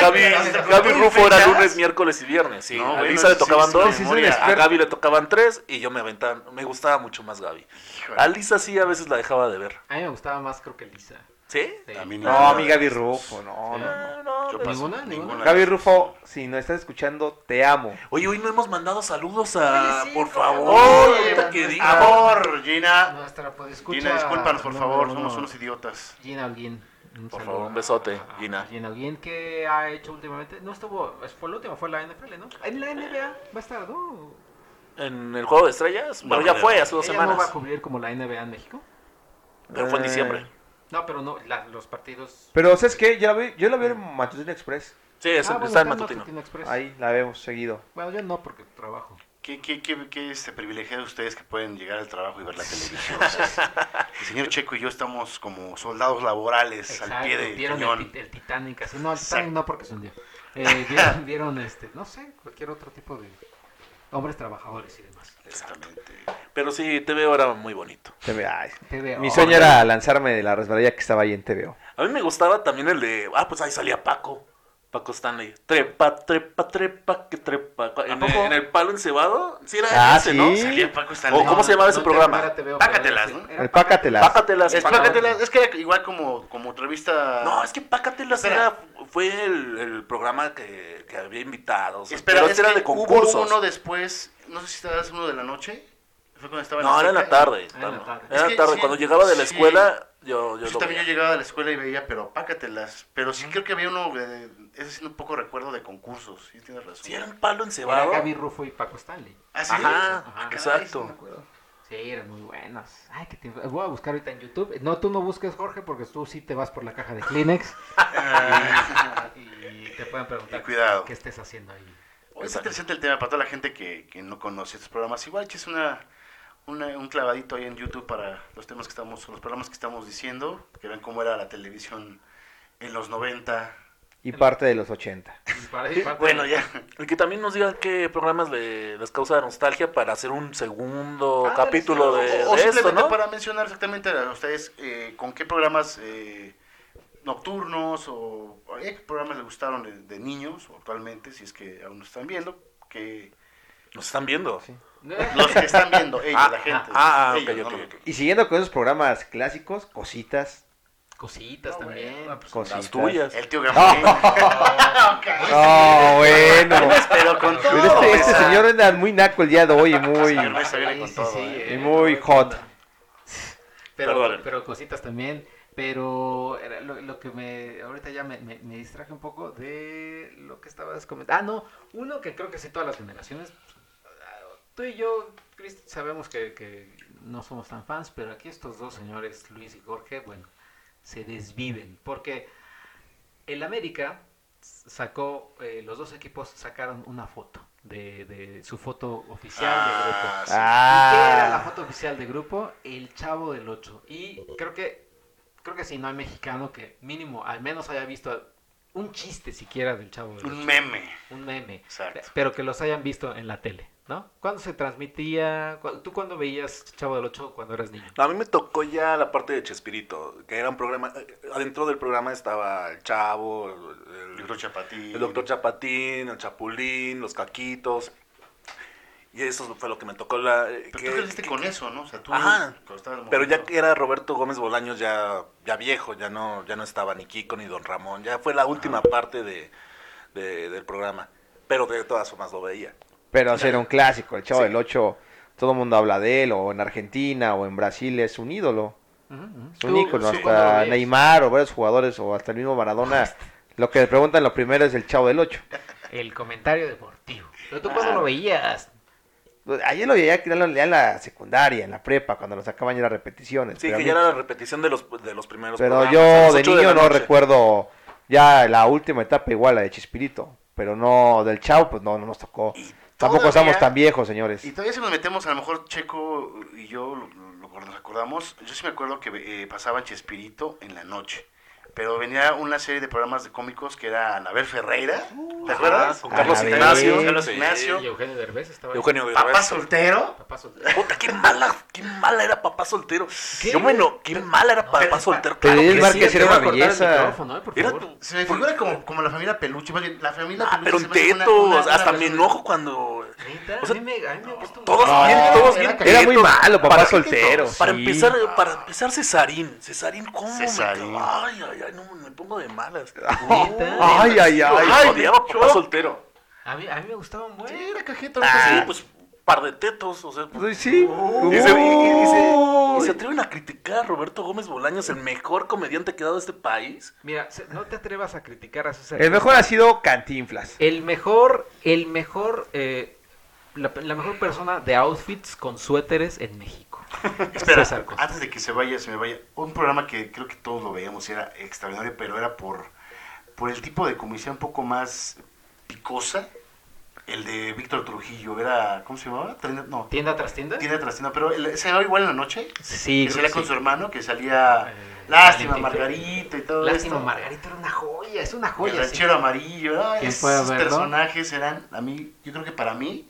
Speaker 3: Gaby,
Speaker 2: claro, se
Speaker 3: Gaby
Speaker 2: acordó de
Speaker 3: Rufo era
Speaker 2: fechas.
Speaker 3: lunes, miércoles y viernes. Sí,
Speaker 2: No,
Speaker 3: a
Speaker 2: bueno,
Speaker 3: Lisa le
Speaker 2: sí,
Speaker 3: tocaban
Speaker 2: sí,
Speaker 3: dos,
Speaker 2: sí, sí, sí,
Speaker 3: a
Speaker 2: sí.
Speaker 3: Gaby le tocaban tres y yo me aventaba, me gustaba mucho más Gaby.
Speaker 2: Híjole.
Speaker 3: A Lisa sí a veces la dejaba de ver.
Speaker 1: A mí me gustaba más, creo que Lisa.
Speaker 3: ¿Sí?
Speaker 1: Sí.
Speaker 2: A mí ni-
Speaker 4: No, mi Gaby Rufo, no, no.
Speaker 3: Ah, no,
Speaker 2: Yo
Speaker 3: pero-
Speaker 2: paso.
Speaker 1: Ninguna, ninguna.
Speaker 4: Gaby Rufo, si nos estás escuchando, te amo.
Speaker 3: Oye, hoy no hemos mandado saludos a...
Speaker 1: Oye, sí, Ah,
Speaker 3: por
Speaker 1: por
Speaker 3: favor.
Speaker 1: favor.
Speaker 3: ahorita que diga.
Speaker 2: Amor, Gina.
Speaker 1: Nuestra pues escucha.
Speaker 2: Gina, discúlpanos, por favor,
Speaker 1: número
Speaker 2: somos
Speaker 1: uno,
Speaker 2: unos idiotas.
Speaker 1: Gina Alguien. Un
Speaker 3: Por
Speaker 1: saludo
Speaker 3: favor, un
Speaker 1: a-
Speaker 3: besote,
Speaker 1: a-
Speaker 3: Gina.
Speaker 1: a Gina Alguien que ha hecho últimamente. No estuvo. es- Fue la última, fue la NFL, ¿no? En la NBA va a estar, ¿no?
Speaker 3: En el juego de estrellas,
Speaker 2: No
Speaker 3: bueno, ya
Speaker 2: creo.
Speaker 3: fue hace dos
Speaker 1: Ella no va a
Speaker 3: semanas.
Speaker 1: cubrir como la NBA en México.
Speaker 3: Pero fue en diciembre.
Speaker 1: No, pero no, la- los partidos.
Speaker 4: Pero, ¿sabes qué? Yo la vi, yo la vi en Matutina Express.
Speaker 3: Sí, es-
Speaker 1: Ah, bueno, está
Speaker 3: está en
Speaker 1: en
Speaker 3: matutino.
Speaker 1: Matutino Express.
Speaker 4: Ahí la vemos seguido.
Speaker 1: Bueno, yo no porque trabajo.
Speaker 2: ¿Qué, qué, qué, qué este privilegio de ustedes que pueden llegar al trabajo y ver la televisión? O sea, el señor Checo y yo estamos como soldados laborales al pie del
Speaker 1: vieron el,
Speaker 2: cañón.
Speaker 1: tit- el Titanic así. No, el
Speaker 2: Exacto.
Speaker 1: Titanic no porque se hundió. Eh, vieron, vieron, este, no sé, cualquier otro tipo de hombres trabajadores y demás.
Speaker 2: Exactamente.
Speaker 3: Pero sí, te veo era muy bonito.
Speaker 4: Te ve- ay.
Speaker 1: TVO.
Speaker 4: Mi sueño era lanzarme de la resbaladilla que estaba ahí en TVO.
Speaker 3: A mí me gustaba también el de. Ah, pues ahí salía Paco. Paco Stanley. Trepa, trepa, trepa, que trepa. En, el-
Speaker 1: poco?
Speaker 3: en el palo encebado. Sí, era
Speaker 4: Ah,
Speaker 3: ese, ¿no?
Speaker 4: sí.
Speaker 3: Salía Paco.
Speaker 2: Paco está
Speaker 3: ¿O cómo se llamaba ese
Speaker 1: no,
Speaker 3: programa?
Speaker 1: no era TVO,
Speaker 2: Pácatelas,
Speaker 1: pero era-
Speaker 2: ¿no?
Speaker 1: era
Speaker 4: El Pácatelas.
Speaker 3: Pácatelas.
Speaker 2: Es,
Speaker 3: Pácatelas.
Speaker 2: Pácatelas, es que igual como, como revista...
Speaker 3: No, es que Pácatelas
Speaker 2: Espera.
Speaker 3: era, fue el, el programa que, que había invitados.
Speaker 2: Espera,
Speaker 3: pero
Speaker 2: es
Speaker 3: este era
Speaker 2: que
Speaker 3: de concursos.
Speaker 2: Hubo uno después, no sé si estabas uno de la noche. Fue cuando estaba
Speaker 3: No, era en la
Speaker 2: Azteca.
Speaker 3: tarde.
Speaker 1: Ah, en la tarde.
Speaker 3: Era
Speaker 2: Es
Speaker 3: en
Speaker 2: que
Speaker 3: la tarde.
Speaker 2: sí,
Speaker 3: Cuando llegaba de la
Speaker 2: sí.
Speaker 3: escuela, yo, yo
Speaker 2: Yo
Speaker 3: lo
Speaker 2: también yo
Speaker 3: veía.
Speaker 2: llegaba a la escuela y veía, pero pácatelas. Pero sí creo que había uno, eh, ese sí un poco recuerdo de concursos, sí tienes razón.
Speaker 3: Sí, era un palo
Speaker 1: Era
Speaker 3: encebado.
Speaker 1: Gaby Rufo y Paco Stanley.
Speaker 2: Ah, ¿sí?
Speaker 3: Ajá,
Speaker 2: Ah, caray, sí me
Speaker 3: exacto.
Speaker 2: acuerdo.
Speaker 1: Sí, eran muy buenos. Ay, que te... Voy a buscar ahorita en YouTube. No, tú no busques, Jorge, porque tú sí te vas por la caja de Kleenex. y te pueden preguntar
Speaker 2: Y cuidado.
Speaker 1: qué estés haciendo ahí.
Speaker 2: Oye, está interesante el tema para toda la gente que, que no conoce estos programas. Igual eches una, una- un clavadito ahí en YouTube para los temas que estamos, los programas que estamos diciendo, que vean cómo era la televisión en los 90.
Speaker 4: Y parte de los 80.
Speaker 1: Y para- y para-
Speaker 2: Bueno, ya.
Speaker 3: Y que también nos digan qué programas le- les causa nostalgia para hacer un segundo
Speaker 2: Ándale,
Speaker 3: capítulo
Speaker 2: Ah, sí, o-
Speaker 3: de,
Speaker 2: o, o
Speaker 3: de esto,
Speaker 2: simplemente
Speaker 3: ¿no?
Speaker 2: para mencionar exactamente a ustedes eh, con qué programas eh, nocturnos o o eh, qué programas les gustaron de, de niños o actualmente, si es que aún nos están viendo, que
Speaker 3: Nos están viendo.
Speaker 2: los que están viendo, ellos,
Speaker 3: Ah,
Speaker 2: la gente.
Speaker 3: ah, ah, ok,
Speaker 2: ellos, no
Speaker 3: ok, ok.
Speaker 2: nosotros.
Speaker 4: Y siguiendo con esos programas clásicos, cositas,
Speaker 1: Cositas
Speaker 2: No,
Speaker 1: también. Ah,
Speaker 2: bueno, pues,
Speaker 4: cositas.
Speaker 3: Las tuyas.
Speaker 2: El tío Gamboín.
Speaker 4: No, bueno.
Speaker 2: Pero con todo.
Speaker 4: Pero este, este
Speaker 2: esa-
Speaker 4: señor anda muy naco el día de hoy y muy...
Speaker 2: Señor Mesa viene
Speaker 1: Sí,
Speaker 2: con
Speaker 1: sí,
Speaker 2: todo,
Speaker 1: sí,
Speaker 2: ¿eh?
Speaker 1: eh,
Speaker 4: Y muy
Speaker 1: ¿qué
Speaker 4: hot.
Speaker 1: onda? pero,
Speaker 3: Perdónenme.
Speaker 1: pero cositas también. Pero era lo, lo que me. Ahorita ya me, me- me distraje un poco de lo que estabas comentando. Ah, no. Uno que creo que sí, todas las generaciones. Tú y yo, Chris, sabemos que, que no somos tan fans, pero aquí estos dos señores, Luis y Jorge, bueno, se desviven. Porque el América sacó, eh, los dos equipos sacaron una foto de, de su foto oficial de grupo.
Speaker 2: Ah, sí.
Speaker 1: ¿Y qué era la foto oficial de grupo? El Chavo del 8. Y creo que, creo que si no hay mexicano que mínimo al menos haya visto un chiste siquiera del Chavo del 8.
Speaker 2: Un meme.
Speaker 1: Un meme.
Speaker 2: Exacto.
Speaker 1: Pero que los hayan visto en la tele, ¿no? ¿Cuándo se transmitía? ¿Cu- ¿Tú cuándo veías Chavo del 8 cuando eras niño?
Speaker 3: No, a mí me tocó ya la parte de Chespirito, que era un programa, eh, adentro del programa estaba el Chavo, el, el-
Speaker 2: El doctor Chapatín.
Speaker 3: el Doctor Chapatín, el Chapulín, los Caquitos. Y eso fue lo que me tocó la... eh,
Speaker 2: Pero
Speaker 3: que-
Speaker 2: tú creciste
Speaker 3: que-
Speaker 2: con eso, ¿no? O sea, tú.
Speaker 3: Ajá.
Speaker 2: cuando estabas morrito.
Speaker 3: Pero ya que era Roberto Gómez Bolaños ya, ya viejo, ya no, ya no estaba ni Kiko ni Don Ramón, ya fue la última parte de, de- del programa. Pero de todas formas lo veía.
Speaker 4: Pero ese era un clásico, el Chavo
Speaker 3: Sí.
Speaker 4: del 8, todo el mundo habla de él, o en Argentina, o en Brasil, es un ídolo,
Speaker 1: Ujú, ujú.
Speaker 4: es un
Speaker 1: ¿Tú-
Speaker 4: ícono,
Speaker 1: tú cuándo lo
Speaker 4: hasta
Speaker 1: veías?
Speaker 4: Neymar, o varios jugadores, o hasta el mismo Maradona, lo que le preguntan lo primero es el Chavo del 8.
Speaker 1: El comentario deportivo. Pero tú cuando lo veías.
Speaker 4: Ayer lo veía que ya lo- ya en la secundaria, en la prepa, cuando lo sacaban ya las repeticiones.
Speaker 3: Sí,
Speaker 4: pero a
Speaker 3: que
Speaker 4: mí-
Speaker 3: ya era la repetición de los, de los primeros
Speaker 4: Pero
Speaker 3: programas, a
Speaker 4: yo
Speaker 3: las
Speaker 4: de
Speaker 3: ocho la
Speaker 4: niño no
Speaker 3: noche.
Speaker 4: recuerdo ya la última etapa igual, la de Chispirito. Pero no, del Chavo, pues no, no nos tocó. Tampoco
Speaker 2: todavía-
Speaker 4: estamos tan viejos, señores.
Speaker 2: Y todavía si nos metemos, a lo mejor Checo y yo lo, lo- lo- nos acordamos, yo sí me acuerdo que eh, pasaba Chespirito en la noche, pero venía una serie de programas de cómicos que era Anabel Ferreira, ¿te
Speaker 3: ajá,
Speaker 2: acuerdas?
Speaker 3: con
Speaker 4: Carlos Ignacio.
Speaker 2: Carlos
Speaker 3: Sí.
Speaker 2: Ignacio,
Speaker 1: Y Eugenio Derbez estaba.
Speaker 3: Eugenio Derbez.
Speaker 2: Papá Soltero,
Speaker 1: Papá soltero.
Speaker 3: Puta, qué mala, qué mala era papá soltero.
Speaker 1: ¿Qué?
Speaker 3: Yo bueno, qué mala era papá
Speaker 1: pero-
Speaker 3: soltero.
Speaker 4: pero
Speaker 3: claro
Speaker 4: es
Speaker 3: que
Speaker 4: Mar-
Speaker 3: sí.
Speaker 4: que era
Speaker 1: te voy a
Speaker 4: una
Speaker 1: cortar el
Speaker 4: belleza.
Speaker 1: micrófono, eh, por
Speaker 3: Era
Speaker 1: favor.
Speaker 3: tu-
Speaker 2: se me figura como, como la familia Peluche, más bien, la familia
Speaker 3: Ah, pero
Speaker 2: Peluche
Speaker 3: un
Speaker 2: se me hace una-
Speaker 3: teto,
Speaker 2: una-
Speaker 3: hasta
Speaker 2: una
Speaker 3: me
Speaker 2: versión-
Speaker 3: enojo cuando...
Speaker 1: Neta,
Speaker 3: O sea,
Speaker 1: a mí me- a mí me gusta un-
Speaker 3: Todos
Speaker 4: No,
Speaker 3: bien, todos bien.
Speaker 1: era
Speaker 4: Era muy
Speaker 3: tetos.
Speaker 4: malo, papá
Speaker 3: Para-
Speaker 4: soltero.
Speaker 3: Para
Speaker 4: sí.
Speaker 3: empezar, para empezar Cesarín. Cesarín, ¿cómo? me
Speaker 2: Cesarín.
Speaker 3: cago? Ay, ay, ay, no, me pongo de malas.
Speaker 1: Neta.
Speaker 4: Ay, ay, ay.
Speaker 3: Ay, odiaba a papá soltero.
Speaker 1: A mí, a mí me gustaba un buen.
Speaker 2: Sí, era cajeta,
Speaker 3: Sí,
Speaker 2: ahorita sí.
Speaker 3: pues, par de tetos, o sea... pues,
Speaker 4: Ay, Sí.
Speaker 3: y se, y- y- y se- y
Speaker 4: Uy.
Speaker 3: se atreven a criticar a Roberto Gómez Bolaños, el mejor comediante que ha dado este país.
Speaker 1: Mira, se- no te atrevas a criticar a César.
Speaker 4: El mejor ha sido Cantinflas.
Speaker 1: El mejor, el mejor, eh, la, la mejor persona de outfits con suéteres en México.
Speaker 2: Espera,
Speaker 1: César Costa.
Speaker 2: antes de que se vaya, se me vaya, un programa que creo que todos lo veíamos, era extraordinario, pero era por, por el tipo de comedia un poco más picosa, el de Víctor Trujillo, era, ¿cómo se llamaba? Tienda- No,
Speaker 1: ¿Tienda tras tienda?
Speaker 2: tiene tras tienda, pero el- se llamaba igual en la noche,
Speaker 1: Sí,
Speaker 2: que
Speaker 1: creo
Speaker 2: salía
Speaker 1: que
Speaker 2: con
Speaker 1: sí.
Speaker 2: su hermano, que salía
Speaker 1: Eh,
Speaker 2: Lástima,
Speaker 1: Valentín.
Speaker 2: Margarita y todo
Speaker 1: Lástima,
Speaker 2: esto.
Speaker 1: Margarita era una joya, es una
Speaker 2: El
Speaker 1: joya. sí.
Speaker 2: ranchero amarillo, ay,
Speaker 1: ¿Quién puede
Speaker 2: esos
Speaker 1: verlo?
Speaker 2: personajes eran, a mí, yo creo que para mí,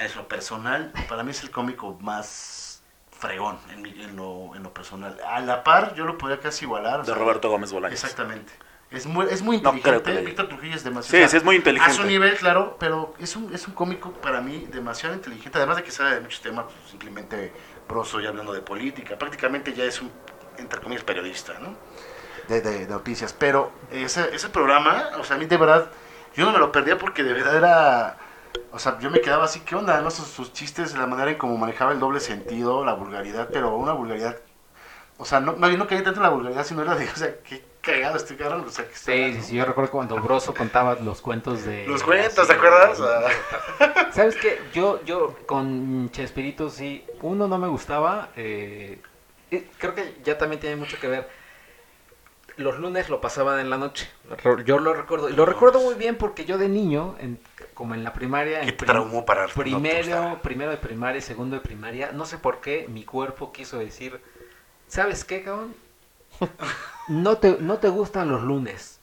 Speaker 2: es lo personal, para mí es el cómico más fregón en, mi- en lo, en lo personal. A la par, yo lo podría casi igualar. o
Speaker 3: De
Speaker 2: sea,
Speaker 3: Roberto Gómez Bolaños.
Speaker 2: Exactamente. Es muy, es muy
Speaker 3: No creo
Speaker 2: inteligente.
Speaker 3: que le llegue.
Speaker 2: Víctor Trujillo es demasiado.
Speaker 3: Sí, sí, es
Speaker 2: A
Speaker 3: muy
Speaker 2: su
Speaker 3: inteligente.
Speaker 2: nivel, claro, pero es un, es un cómico para mí demasiado inteligente. Además de que sabe de muchos temas, pues, simplemente broso ya hablando de política. Prácticamente ya es un, entre comillas, periodista, ¿no? De, de- de noticias. Pero ese, ese programa, o sea, a mí de verdad, yo no me lo perdía porque de verdad era. O sea, yo me quedaba así, ¿qué onda? No? Sus, sus chistes, la manera en cómo manejaba el doble sentido, la vulgaridad, pero una vulgaridad. O sea, no, no, no caía tanto en la vulgaridad, sino era de, o sea, qué cagado estoy cabrón. O sea, que está-
Speaker 1: Sí, sí, sí, yo recuerdo cuando Broso contaba los cuentos de...
Speaker 2: Los cuentos, ¿te acuerdas? Ah.
Speaker 1: ¿Sabes qué? Yo, yo con Chespirito sí, uno no me gustaba. eh, y creo que ya también tiene mucho que ver. Los lunes lo pasaban en la noche. Ro- Yo lo recuerdo. y Lo recuerdo muy bien porque yo de niño, en- como en la primaria, en
Speaker 2: ¿Qué te
Speaker 1: prim-
Speaker 2: traumó para no te
Speaker 1: primero,
Speaker 2: gustara?
Speaker 1: primero de primaria, segundo de primaria, no sé por qué mi cuerpo quiso decir, ¿sabes qué, cabrón? No te, no te gustan los lunes.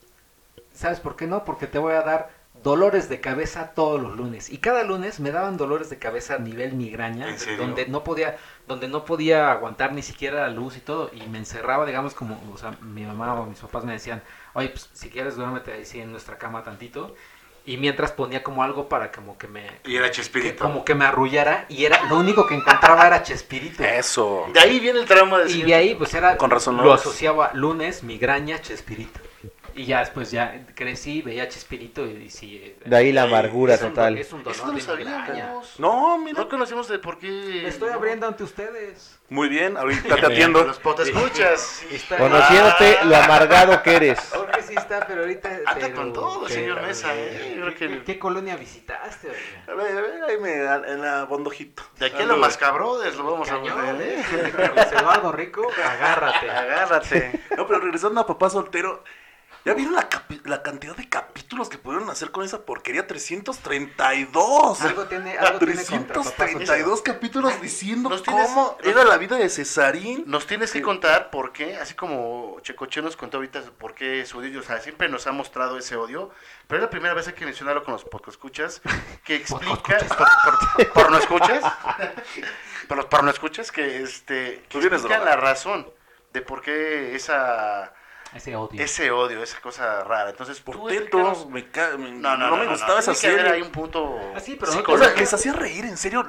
Speaker 1: ¿Sabes por qué no? Porque te voy a dar dolores de cabeza todos los lunes. Y cada lunes me daban dolores de cabeza a nivel migraña,
Speaker 2: ¿En serio?
Speaker 1: donde no podía donde no podía aguantar ni siquiera la luz y todo y me encerraba, digamos como, o sea, mi mamá o mis papás me decían, "Oye, pues si quieres duérmete ahí sí, en nuestra cama tantito." Y mientras ponía como algo para como que me
Speaker 2: Y era
Speaker 1: que
Speaker 2: Chespirito.
Speaker 1: como que me arrullara y era lo único que encontraba era Chespirito.
Speaker 3: Eso.
Speaker 2: De ahí viene el trauma de
Speaker 1: Y
Speaker 2: decir,
Speaker 1: de ahí pues era
Speaker 3: Con razón,
Speaker 1: lo
Speaker 3: no.
Speaker 1: asociaba lunes, migraña, Chespirito. Y ya después ya crecí, veía Chespirito y, y sí. eh,
Speaker 5: De ahí la
Speaker 1: eh,
Speaker 5: amargura
Speaker 1: es un do-
Speaker 5: total.
Speaker 1: es un dolor
Speaker 2: Eso no
Speaker 1: de
Speaker 2: lo
Speaker 1: migraña.
Speaker 2: sabíamos.
Speaker 3: No, mira.
Speaker 2: No conocemos de por qué.
Speaker 1: Estoy abriendo ante ustedes.
Speaker 3: Muy bien, ahorita te atiendo.
Speaker 2: Los potescuchas.
Speaker 1: Está-
Speaker 5: Conociéndote lo amargado que eres.
Speaker 1: Jorge sí está, pero ahorita.
Speaker 2: Anda
Speaker 1: pero-
Speaker 2: con todo, señor
Speaker 1: pero,
Speaker 2: Mesa,
Speaker 1: eh,
Speaker 2: eh, yo creo
Speaker 1: ¿qué-
Speaker 2: que-
Speaker 1: ¿Qué colonia visitaste? oye?
Speaker 3: A ver, a ver, ahí me da en la bondojito.
Speaker 2: De aquí a los mascabrodes lo vamos a
Speaker 1: Cañón,
Speaker 2: poner,
Speaker 1: ¿eh?
Speaker 2: ¿eh?
Speaker 1: Luis Eduardo Rico, agárrate.
Speaker 2: Agárrate.
Speaker 3: No, pero regresando a Papá Soltero, ¿ya vieron la, capi- la cantidad de capítulos que pudieron hacer con esa porquería? 332.
Speaker 1: Algo tiene, algo tiene contra papá soltero.
Speaker 3: 332 capítulos diciendo
Speaker 2: Los tienes-
Speaker 3: cómo
Speaker 2: los-
Speaker 3: era la vida de Cesarín.
Speaker 2: Nos tienes que contar por qué, así como Checoche nos contó ahorita por qué su odio, o sea, siempre nos ha mostrado ese odio, pero es la primera vez hay que mencionarlo con los podcoescuchas, que explica, por, por no escuchas, por los por no escuchas, que este, que
Speaker 3: Tú vienes
Speaker 2: explica la
Speaker 3: drogado.
Speaker 2: razón de por qué esa,
Speaker 1: Ese odio.
Speaker 2: ese odio, esa cosa rara, entonces, tú
Speaker 3: Portentos,
Speaker 2: explícanos-
Speaker 3: me ca- me-
Speaker 2: no, no, no,
Speaker 3: me gustaba esa
Speaker 2: tiene que haber ahí
Speaker 3: serie.
Speaker 2: un punto
Speaker 1: Ah, sí, pero no-
Speaker 3: O sea,
Speaker 2: psicológico.
Speaker 3: les hacía reír, en serio.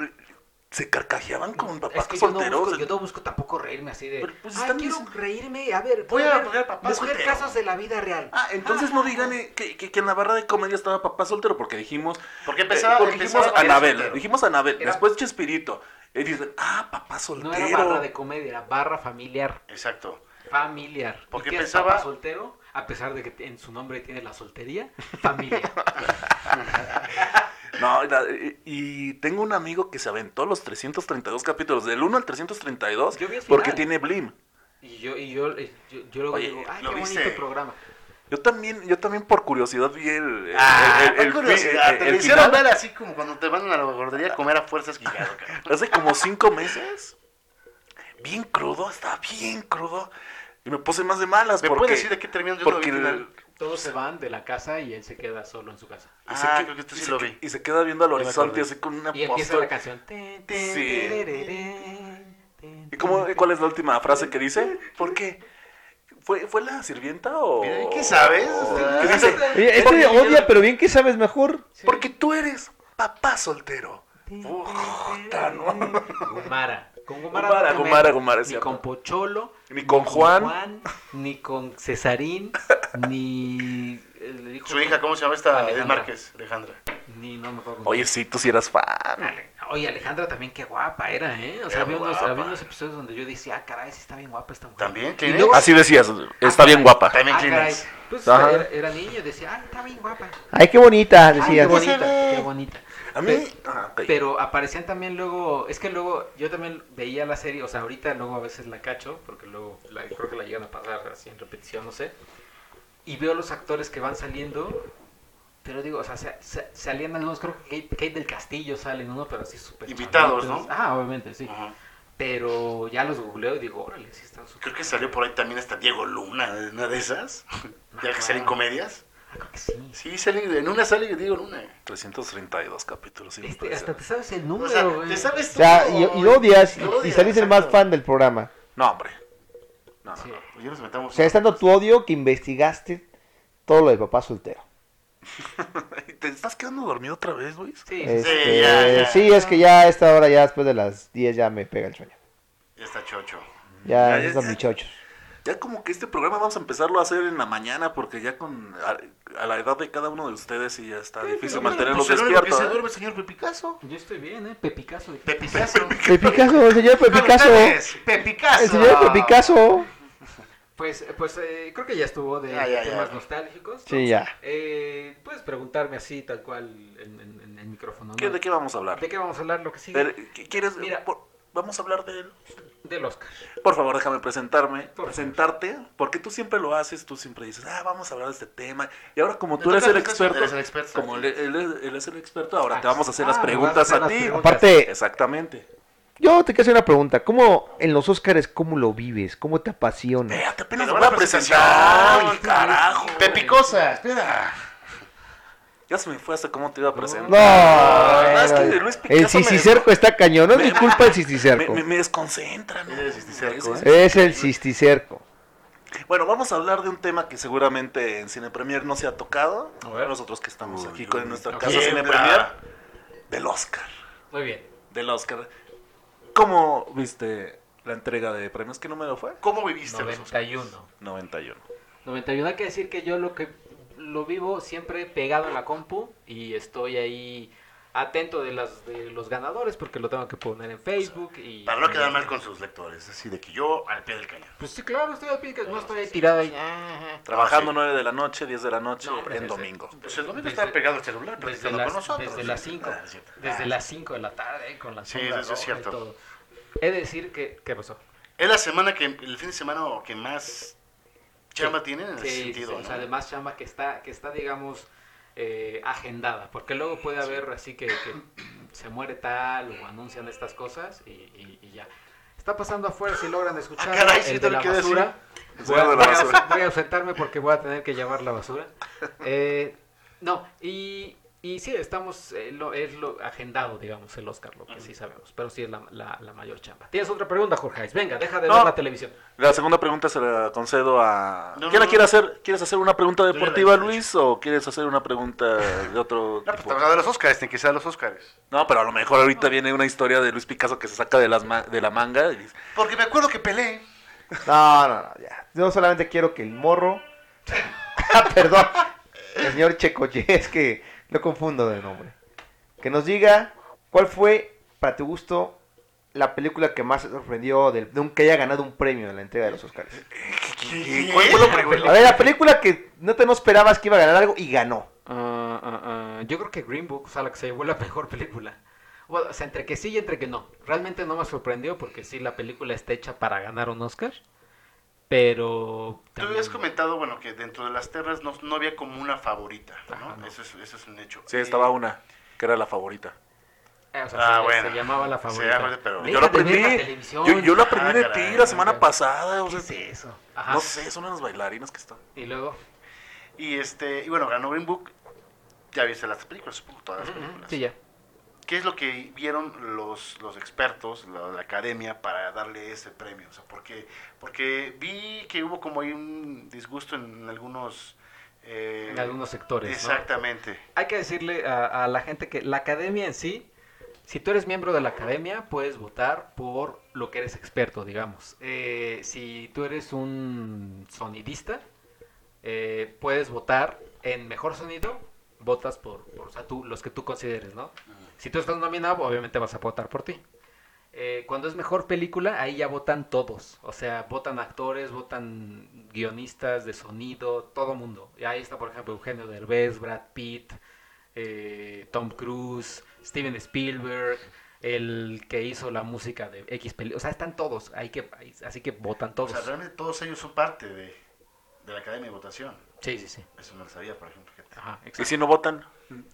Speaker 3: Se carcajeaban con Papá
Speaker 1: Es que yo no,
Speaker 3: Soltero.
Speaker 1: busco, yo no busco tampoco reírme así de.
Speaker 3: Pero, pues,
Speaker 1: "Ay,
Speaker 3: están
Speaker 1: quiero
Speaker 3: mis-
Speaker 1: reírme. A ver, voy
Speaker 2: Voy
Speaker 1: a
Speaker 2: a poner papá
Speaker 1: buscar
Speaker 2: soltero".
Speaker 1: casos de la vida real.
Speaker 3: Ah, entonces no dirán eh, que, que- que en la barra de comedia estaba Papá Soltero porque dijimos...
Speaker 2: Porque empezaba-
Speaker 3: eh, porque
Speaker 2: empezaba
Speaker 3: dijimos
Speaker 2: con el
Speaker 3: Anabel,
Speaker 2: soltero.
Speaker 3: dijimos Anabel,
Speaker 1: Era-
Speaker 3: después Chespirito. Y dicen, ah, Papá Soltero.
Speaker 1: No era barra de comedia, era barra familiar.
Speaker 2: Exacto.
Speaker 1: Familiar. ¿Y
Speaker 2: Porque
Speaker 1: qué es
Speaker 2: pensaba-
Speaker 1: papá soltero? A pesar de que en su nombre tiene la soltería, familia.
Speaker 3: No, y la- y, y tengo un amigo que se aventó los 332 capítulos, del 1 al 332,
Speaker 1: Yo vi el
Speaker 3: porque
Speaker 1: final.
Speaker 3: tiene Blim.
Speaker 1: Y yo, y yo, eh, yo, yo luego
Speaker 3: Oye,
Speaker 1: digo, ay,
Speaker 2: ¿lo
Speaker 1: qué
Speaker 2: viste?
Speaker 1: bonito programa.
Speaker 3: Yo también, yo también por curiosidad vi el... el-
Speaker 2: Ah,
Speaker 3: el- el-
Speaker 2: ¿cuál
Speaker 3: el-
Speaker 2: curiosidad?
Speaker 3: el-
Speaker 2: te
Speaker 3: el
Speaker 2: lo hicieron
Speaker 3: final
Speaker 2: ver así como cuando te mandan a la gordería a comer a fuerzas guillado, cabrón.
Speaker 3: hace como 5 meses. Bien crudo, estaba bien crudo. Y me puse más de malas
Speaker 2: ¿Me
Speaker 3: porque...
Speaker 2: puedes decir de qué terminó? Yo no
Speaker 3: porque
Speaker 2: vi el
Speaker 3: el-
Speaker 2: final.
Speaker 1: Todos se van de la casa y él se queda solo en su casa.
Speaker 3: Y
Speaker 2: Ah,
Speaker 3: se que-
Speaker 2: creo que esto
Speaker 3: y
Speaker 2: sí
Speaker 3: se
Speaker 2: lo
Speaker 3: que-
Speaker 2: vi.
Speaker 3: Y se queda viendo al
Speaker 2: me acordé.
Speaker 3: horizonte así con una
Speaker 1: Y empieza la
Speaker 3: postura.
Speaker 1: canción. Ten, ten,
Speaker 3: Sí.
Speaker 1: terererén, ten,
Speaker 3: ¿Y cómo,
Speaker 1: ten,
Speaker 3: cuál es la última frase que dice? ¿Por qué? ¿Fue, fue la sirvienta o...?
Speaker 2: Mira, ¿Qué sabes? O sea,
Speaker 3: ¿Qué dice?
Speaker 5: Oye, este odia, pero bien que sabes mejor.
Speaker 3: Porque tú eres papá soltero.
Speaker 1: ten, ten,
Speaker 3: Puta,
Speaker 1: ten,
Speaker 3: ¿no?
Speaker 1: ten. Gomara. Con Gomara, no
Speaker 3: Gomara,
Speaker 1: te
Speaker 3: Gomara,
Speaker 1: metas.
Speaker 3: Gomara, es
Speaker 1: Ni
Speaker 3: cierto.
Speaker 1: con Pocholo.
Speaker 3: Ni con Juan.
Speaker 1: Ni con Cesarín. ni. eh, el hijo-
Speaker 2: Su hija, ¿cómo se llama esta? Es
Speaker 1: Alejandra.
Speaker 2: Márquez, Alejandra.
Speaker 1: Ni, no me acuerdo. cómo
Speaker 3: Oye, sí, tú sí eras fan.
Speaker 1: Oye, Alejandra también qué guapa era, ¿eh? O sea,
Speaker 2: Era
Speaker 1: había
Speaker 2: muy
Speaker 1: unos,
Speaker 2: guapa.
Speaker 1: había unos episodios donde yo decía, ah, caray, sí está bien guapa esta mujer.
Speaker 2: También,
Speaker 1: Y
Speaker 2: Kleenex.
Speaker 1: luego-
Speaker 3: Así decías, está bien guapa.
Speaker 2: También
Speaker 1: ah, caray.
Speaker 2: Kleenex.
Speaker 1: Pues
Speaker 3: Ajá.
Speaker 1: era, era niño, decía, ah, está bien guapa.
Speaker 5: Ay, qué bonita,
Speaker 1: Ay, qué
Speaker 5: decías.
Speaker 1: bonita,
Speaker 2: ve.
Speaker 1: qué bonita.
Speaker 3: A mí... ah, ok.
Speaker 1: Pero aparecían también luego, es que luego yo también veía la serie, o sea, ahorita luego a veces la cacho, porque luego la- creo que la llegan a pasar así en repetición, no sé. Y veo los actores que van saliendo, pero digo, o sea, sa- sa- salían algunos, creo que Kate, Kate del Castillo sale en uno, pero así súper.
Speaker 2: Invitados,
Speaker 1: chavitos.
Speaker 2: ¿no?
Speaker 1: Ah, obviamente, sí.
Speaker 2: Ajá.
Speaker 1: Pero ya los googleo y digo, órale, sí están súper.
Speaker 2: Creo que salió por ahí también hasta Diego Luna, una de esas. Ya que salen comedias.
Speaker 1: Ah, creo que sí.
Speaker 2: Sí, salen, en una sale Diego Luna.
Speaker 3: 332 capítulos. sí me
Speaker 1: Este,
Speaker 3: parece.
Speaker 1: hasta te sabes el
Speaker 2: O
Speaker 1: número, eh.
Speaker 2: sea,
Speaker 1: güey.
Speaker 2: te sabes
Speaker 5: eh. O sea,
Speaker 2: todo.
Speaker 5: y, y lo odias y,
Speaker 2: Lo
Speaker 5: y
Speaker 2: odias,
Speaker 5: salís el más
Speaker 2: exacto. Pues
Speaker 5: fan del programa.
Speaker 3: No, hombre. No, no,
Speaker 1: Sí.
Speaker 3: no.
Speaker 2: Ya nos metamos.
Speaker 5: O sea, es tanto tu odio que investigaste todo lo de papá soltero.
Speaker 3: ¿Te estás quedando dormido otra vez, Luis?
Speaker 1: Sí, sí, sí.
Speaker 5: Este,
Speaker 2: sí, ya, ya.
Speaker 5: sí, es que ya a esta hora, ya después de las 10, ya me pega el sueño.
Speaker 2: Ya está chocho.
Speaker 5: Ya,
Speaker 3: Ya, ya,
Speaker 5: esos
Speaker 3: ya.
Speaker 5: muchachos.
Speaker 3: Ya como que este programa vamos a empezarlo a hacer en la mañana porque ya con a, a la edad de cada uno de ustedes sí ya está difícil mantenerlos
Speaker 2: Pues el único que
Speaker 3: despiertos.
Speaker 2: se
Speaker 3: ¿eh?
Speaker 2: duerme, señor Pepicaso.
Speaker 1: Yo estoy bien, ¿eh? Pepicaso. de-
Speaker 2: Pepicaso.
Speaker 5: Pepicaso, el señor Pepicaso. El
Speaker 2: Pepicaso.
Speaker 5: señor Pepicaso.
Speaker 1: Pues, pues eh, creo que ya estuvo de
Speaker 2: Ah, Ya, ya, ya.
Speaker 1: temas nostálgicos. ¿no?
Speaker 5: Sí, ya.
Speaker 1: Eh, puedes preguntarme así, tal cual, en, en- en el micrófono. ¿no?
Speaker 3: ¿Qué- ¿De qué vamos a hablar?
Speaker 1: ¿De qué vamos a hablar? Lo que sigue.
Speaker 3: Pero, ¿qué ¿Quieres?
Speaker 1: Mira.
Speaker 3: por- vamos a hablar de él.
Speaker 1: Del Oscar.
Speaker 3: Por favor, déjame presentarme,
Speaker 1: favor.
Speaker 3: presentarte, porque tú siempre lo haces, tú siempre dices, ah, vamos a hablar de este tema. Y ahora como tú
Speaker 2: Me
Speaker 3: eres
Speaker 2: toca
Speaker 3: el
Speaker 2: a mí, tú
Speaker 3: experto,
Speaker 2: eres el experto.
Speaker 3: como él, él es- él es el experto, ahora te vamos a hacer
Speaker 1: Ah,
Speaker 3: las
Speaker 1: me vas a
Speaker 3: preguntas
Speaker 1: hacer
Speaker 3: a
Speaker 1: las
Speaker 3: ti.
Speaker 1: preguntas.
Speaker 5: Aparte,
Speaker 3: Exactamente.
Speaker 5: yo te quiero hacer una pregunta. ¿Cómo en los Óscares, cómo lo vives? ¿Cómo te apasiona?
Speaker 3: Espérate, apenas
Speaker 2: Pero
Speaker 3: lo voy a
Speaker 2: buena
Speaker 3: presentar,
Speaker 2: presentación.
Speaker 3: carajo.
Speaker 2: Pepicosa, espera.
Speaker 3: Ya se me fue hasta cómo te iba a presentar.
Speaker 5: No,
Speaker 3: Ah, es que Luis Picasso
Speaker 5: el
Speaker 3: me
Speaker 5: cisticerco está cañón. No es mi culpa el ¿eh? cisticerco.
Speaker 3: Me, me- me desconcentra, ¿no?
Speaker 2: Eres cisticerco,
Speaker 3: Sí, sí,
Speaker 5: Es el cisticerco.
Speaker 3: sí. Bueno, vamos a hablar de un tema que seguramente en Cine Premier no se ha tocado.
Speaker 1: A ver.
Speaker 3: Nosotros que estamos
Speaker 2: Uy,
Speaker 3: aquí con en nuestra
Speaker 1: ok.
Speaker 3: casa Cine Premier,
Speaker 2: Niebla.
Speaker 3: del Oscar.
Speaker 1: Muy bien.
Speaker 3: del Oscar. ¿Cómo viste la entrega de premios? ¿Qué número fue?
Speaker 2: ¿Cómo viviste los Oscars?
Speaker 1: 91.
Speaker 3: 91.
Speaker 1: 91 hay que decir que yo lo que lo vivo siempre pegado en la compu y estoy ahí atento de, las, de los ganadores porque lo tengo que poner en Facebook y
Speaker 2: Para no quedar mal con sus lectores, así de que yo al pie del cañón.
Speaker 1: Pues sí, claro, estoy al pie, que no estoy ahí tirado ahí. ah, ah, ah.
Speaker 3: Trabajando 9 de la noche, 10 de la noche,
Speaker 1: No, hombre,
Speaker 3: en
Speaker 1: desde-
Speaker 3: domingo.
Speaker 2: Pues el domingo
Speaker 1: Desde-
Speaker 2: estaba pegado al celular,
Speaker 1: desde
Speaker 2: platicando con
Speaker 1: las,
Speaker 2: nosotros.
Speaker 1: desde las 5
Speaker 2: Ah, es cierto.
Speaker 1: desde las 5 de la tarde eh, con la
Speaker 2: Sí,
Speaker 1: sombra
Speaker 2: eso es
Speaker 1: roja y
Speaker 2: cierto.
Speaker 1: todo. He de decir que qué pasó.
Speaker 2: Es la semana que, el fin de semana o que más chamba tienen en
Speaker 1: Sí,
Speaker 2: ese
Speaker 1: sí,
Speaker 2: sentido,
Speaker 1: sí, o sea,
Speaker 2: ¿no?
Speaker 1: además chamba que está, que está digamos, eh, agendada, porque luego puede haber así que, que se muere tal o anuncian estas cosas y, y- y ya. Está pasando afuera si logran escuchar
Speaker 2: Ah, caray, sí,
Speaker 1: el
Speaker 2: te
Speaker 1: de
Speaker 2: lo
Speaker 1: la
Speaker 2: quiero decir.
Speaker 1: basura. Voy a,
Speaker 3: El señor de
Speaker 1: voy
Speaker 3: la
Speaker 1: a-
Speaker 3: basura.
Speaker 1: voy a ausentarme porque voy a tener que llevar la basura. Eh, no, y, y sí, estamos, eh, lo, es lo agendado, digamos, el Oscar, lo que sí sabemos, pero sí es la, la- la mayor chamba. ¿Tienes otra pregunta, Jorge? Hayes? Venga, deja de
Speaker 3: No.
Speaker 1: ver la televisión.
Speaker 3: La segunda pregunta se la concedo a...
Speaker 2: No,
Speaker 3: ¿Quién
Speaker 2: no,
Speaker 3: la
Speaker 2: no.
Speaker 3: quiere hacer? ¿Quieres hacer una pregunta
Speaker 2: ya la
Speaker 3: deportiva,
Speaker 2: hice.
Speaker 3: Luis, o quieres hacer una pregunta de otro
Speaker 2: No, pues
Speaker 3: tipo?
Speaker 2: estamos hablando de los Oscars, tienen que ser los Oscars.
Speaker 3: No, pero a lo mejor ahorita viene una historia de Luis Picasso que se saca de, las ma- de la manga y dice,
Speaker 2: Porque me acuerdo que peleé.
Speaker 4: No, no, no, ya. Yo solamente quiero que el morro. Ah, Perdón. El señor Checoche, es que lo confundo de nombre. Que nos diga cuál fue, para tu gusto, la película que más te sorprendió del- de un, que haya ganado un premio en la entrega de los Oscars.
Speaker 2: ¿Y cuál fue lo primero?
Speaker 4: A ver, la película que no te no esperabas que iba a ganar algo y ganó.
Speaker 1: Ah, ah, ah, yo creo que Green Book, o sea, la que se llevó la mejor película. Bueno, o sea, entre que sí y entre que no. Realmente no me sorprendió porque sí, la película está hecha para ganar un Oscar. Pero.
Speaker 2: Tú
Speaker 1: también-
Speaker 2: habías comentado, bueno, que dentro de las terras no, no había como una favorita, ¿no?
Speaker 1: Ajá, no.
Speaker 2: Eso, es, eso es un hecho.
Speaker 3: sí, estaba una, que era la favorita.
Speaker 1: Eh, o sea,
Speaker 2: Ah,
Speaker 1: se,
Speaker 2: bueno.
Speaker 1: se llamaba la
Speaker 2: Se
Speaker 1: favorita.
Speaker 2: llama, pero-
Speaker 1: Deja
Speaker 3: yo lo
Speaker 1: de ver
Speaker 3: aprendí,
Speaker 1: la televisión.
Speaker 3: yo, yo lo aprendí
Speaker 2: Ah,
Speaker 3: de
Speaker 2: caray,
Speaker 3: ti la semana
Speaker 1: caray.
Speaker 3: pasada, o
Speaker 1: ¿Qué
Speaker 3: sea,
Speaker 1: es eso? Ajá.
Speaker 3: no sé, son unas bailarinas que están.
Speaker 1: Y luego.
Speaker 2: Y este, y bueno, ganó Green Book. Ya viste las películas, supongo, todas las películas.
Speaker 1: Sí, ya.
Speaker 2: ¿Qué es lo que vieron los, los expertos, la, la academia, para darle ese premio? O sea, porque, porque vi que hubo como ahí un disgusto en algunos... eh,
Speaker 1: En algunos sectores. ¿no?
Speaker 2: Exactamente.
Speaker 1: Hay que decirle a, a la gente que la academia en sí, si tú eres miembro de la academia, puedes votar por lo que eres experto, digamos. Eh, si tú eres un sonidista, eh, puedes votar en mejor sonido, votas por, por, o sea, tú- los que tú consideres, ¿no? Si tú estás nominado, obviamente vas a votar por ti. Eh, cuando es mejor película, ahí ya votan todos. O sea, votan actores, votan guionistas de sonido, todo mundo. Y ahí está, por ejemplo, Eugenio Derbez, Brad Pitt, eh, Tom Cruise, Steven Spielberg, el que hizo la música de X película. O sea, están todos. Hay que, ahí- así que votan
Speaker 2: O
Speaker 1: todos.
Speaker 2: sea, realmente todos ellos son parte de, de la academia de votación.
Speaker 1: Sí, sí, sí.
Speaker 2: Eso no lo sabía, por ejemplo. fíjate.
Speaker 1: Ajá,
Speaker 3: Y si no votan,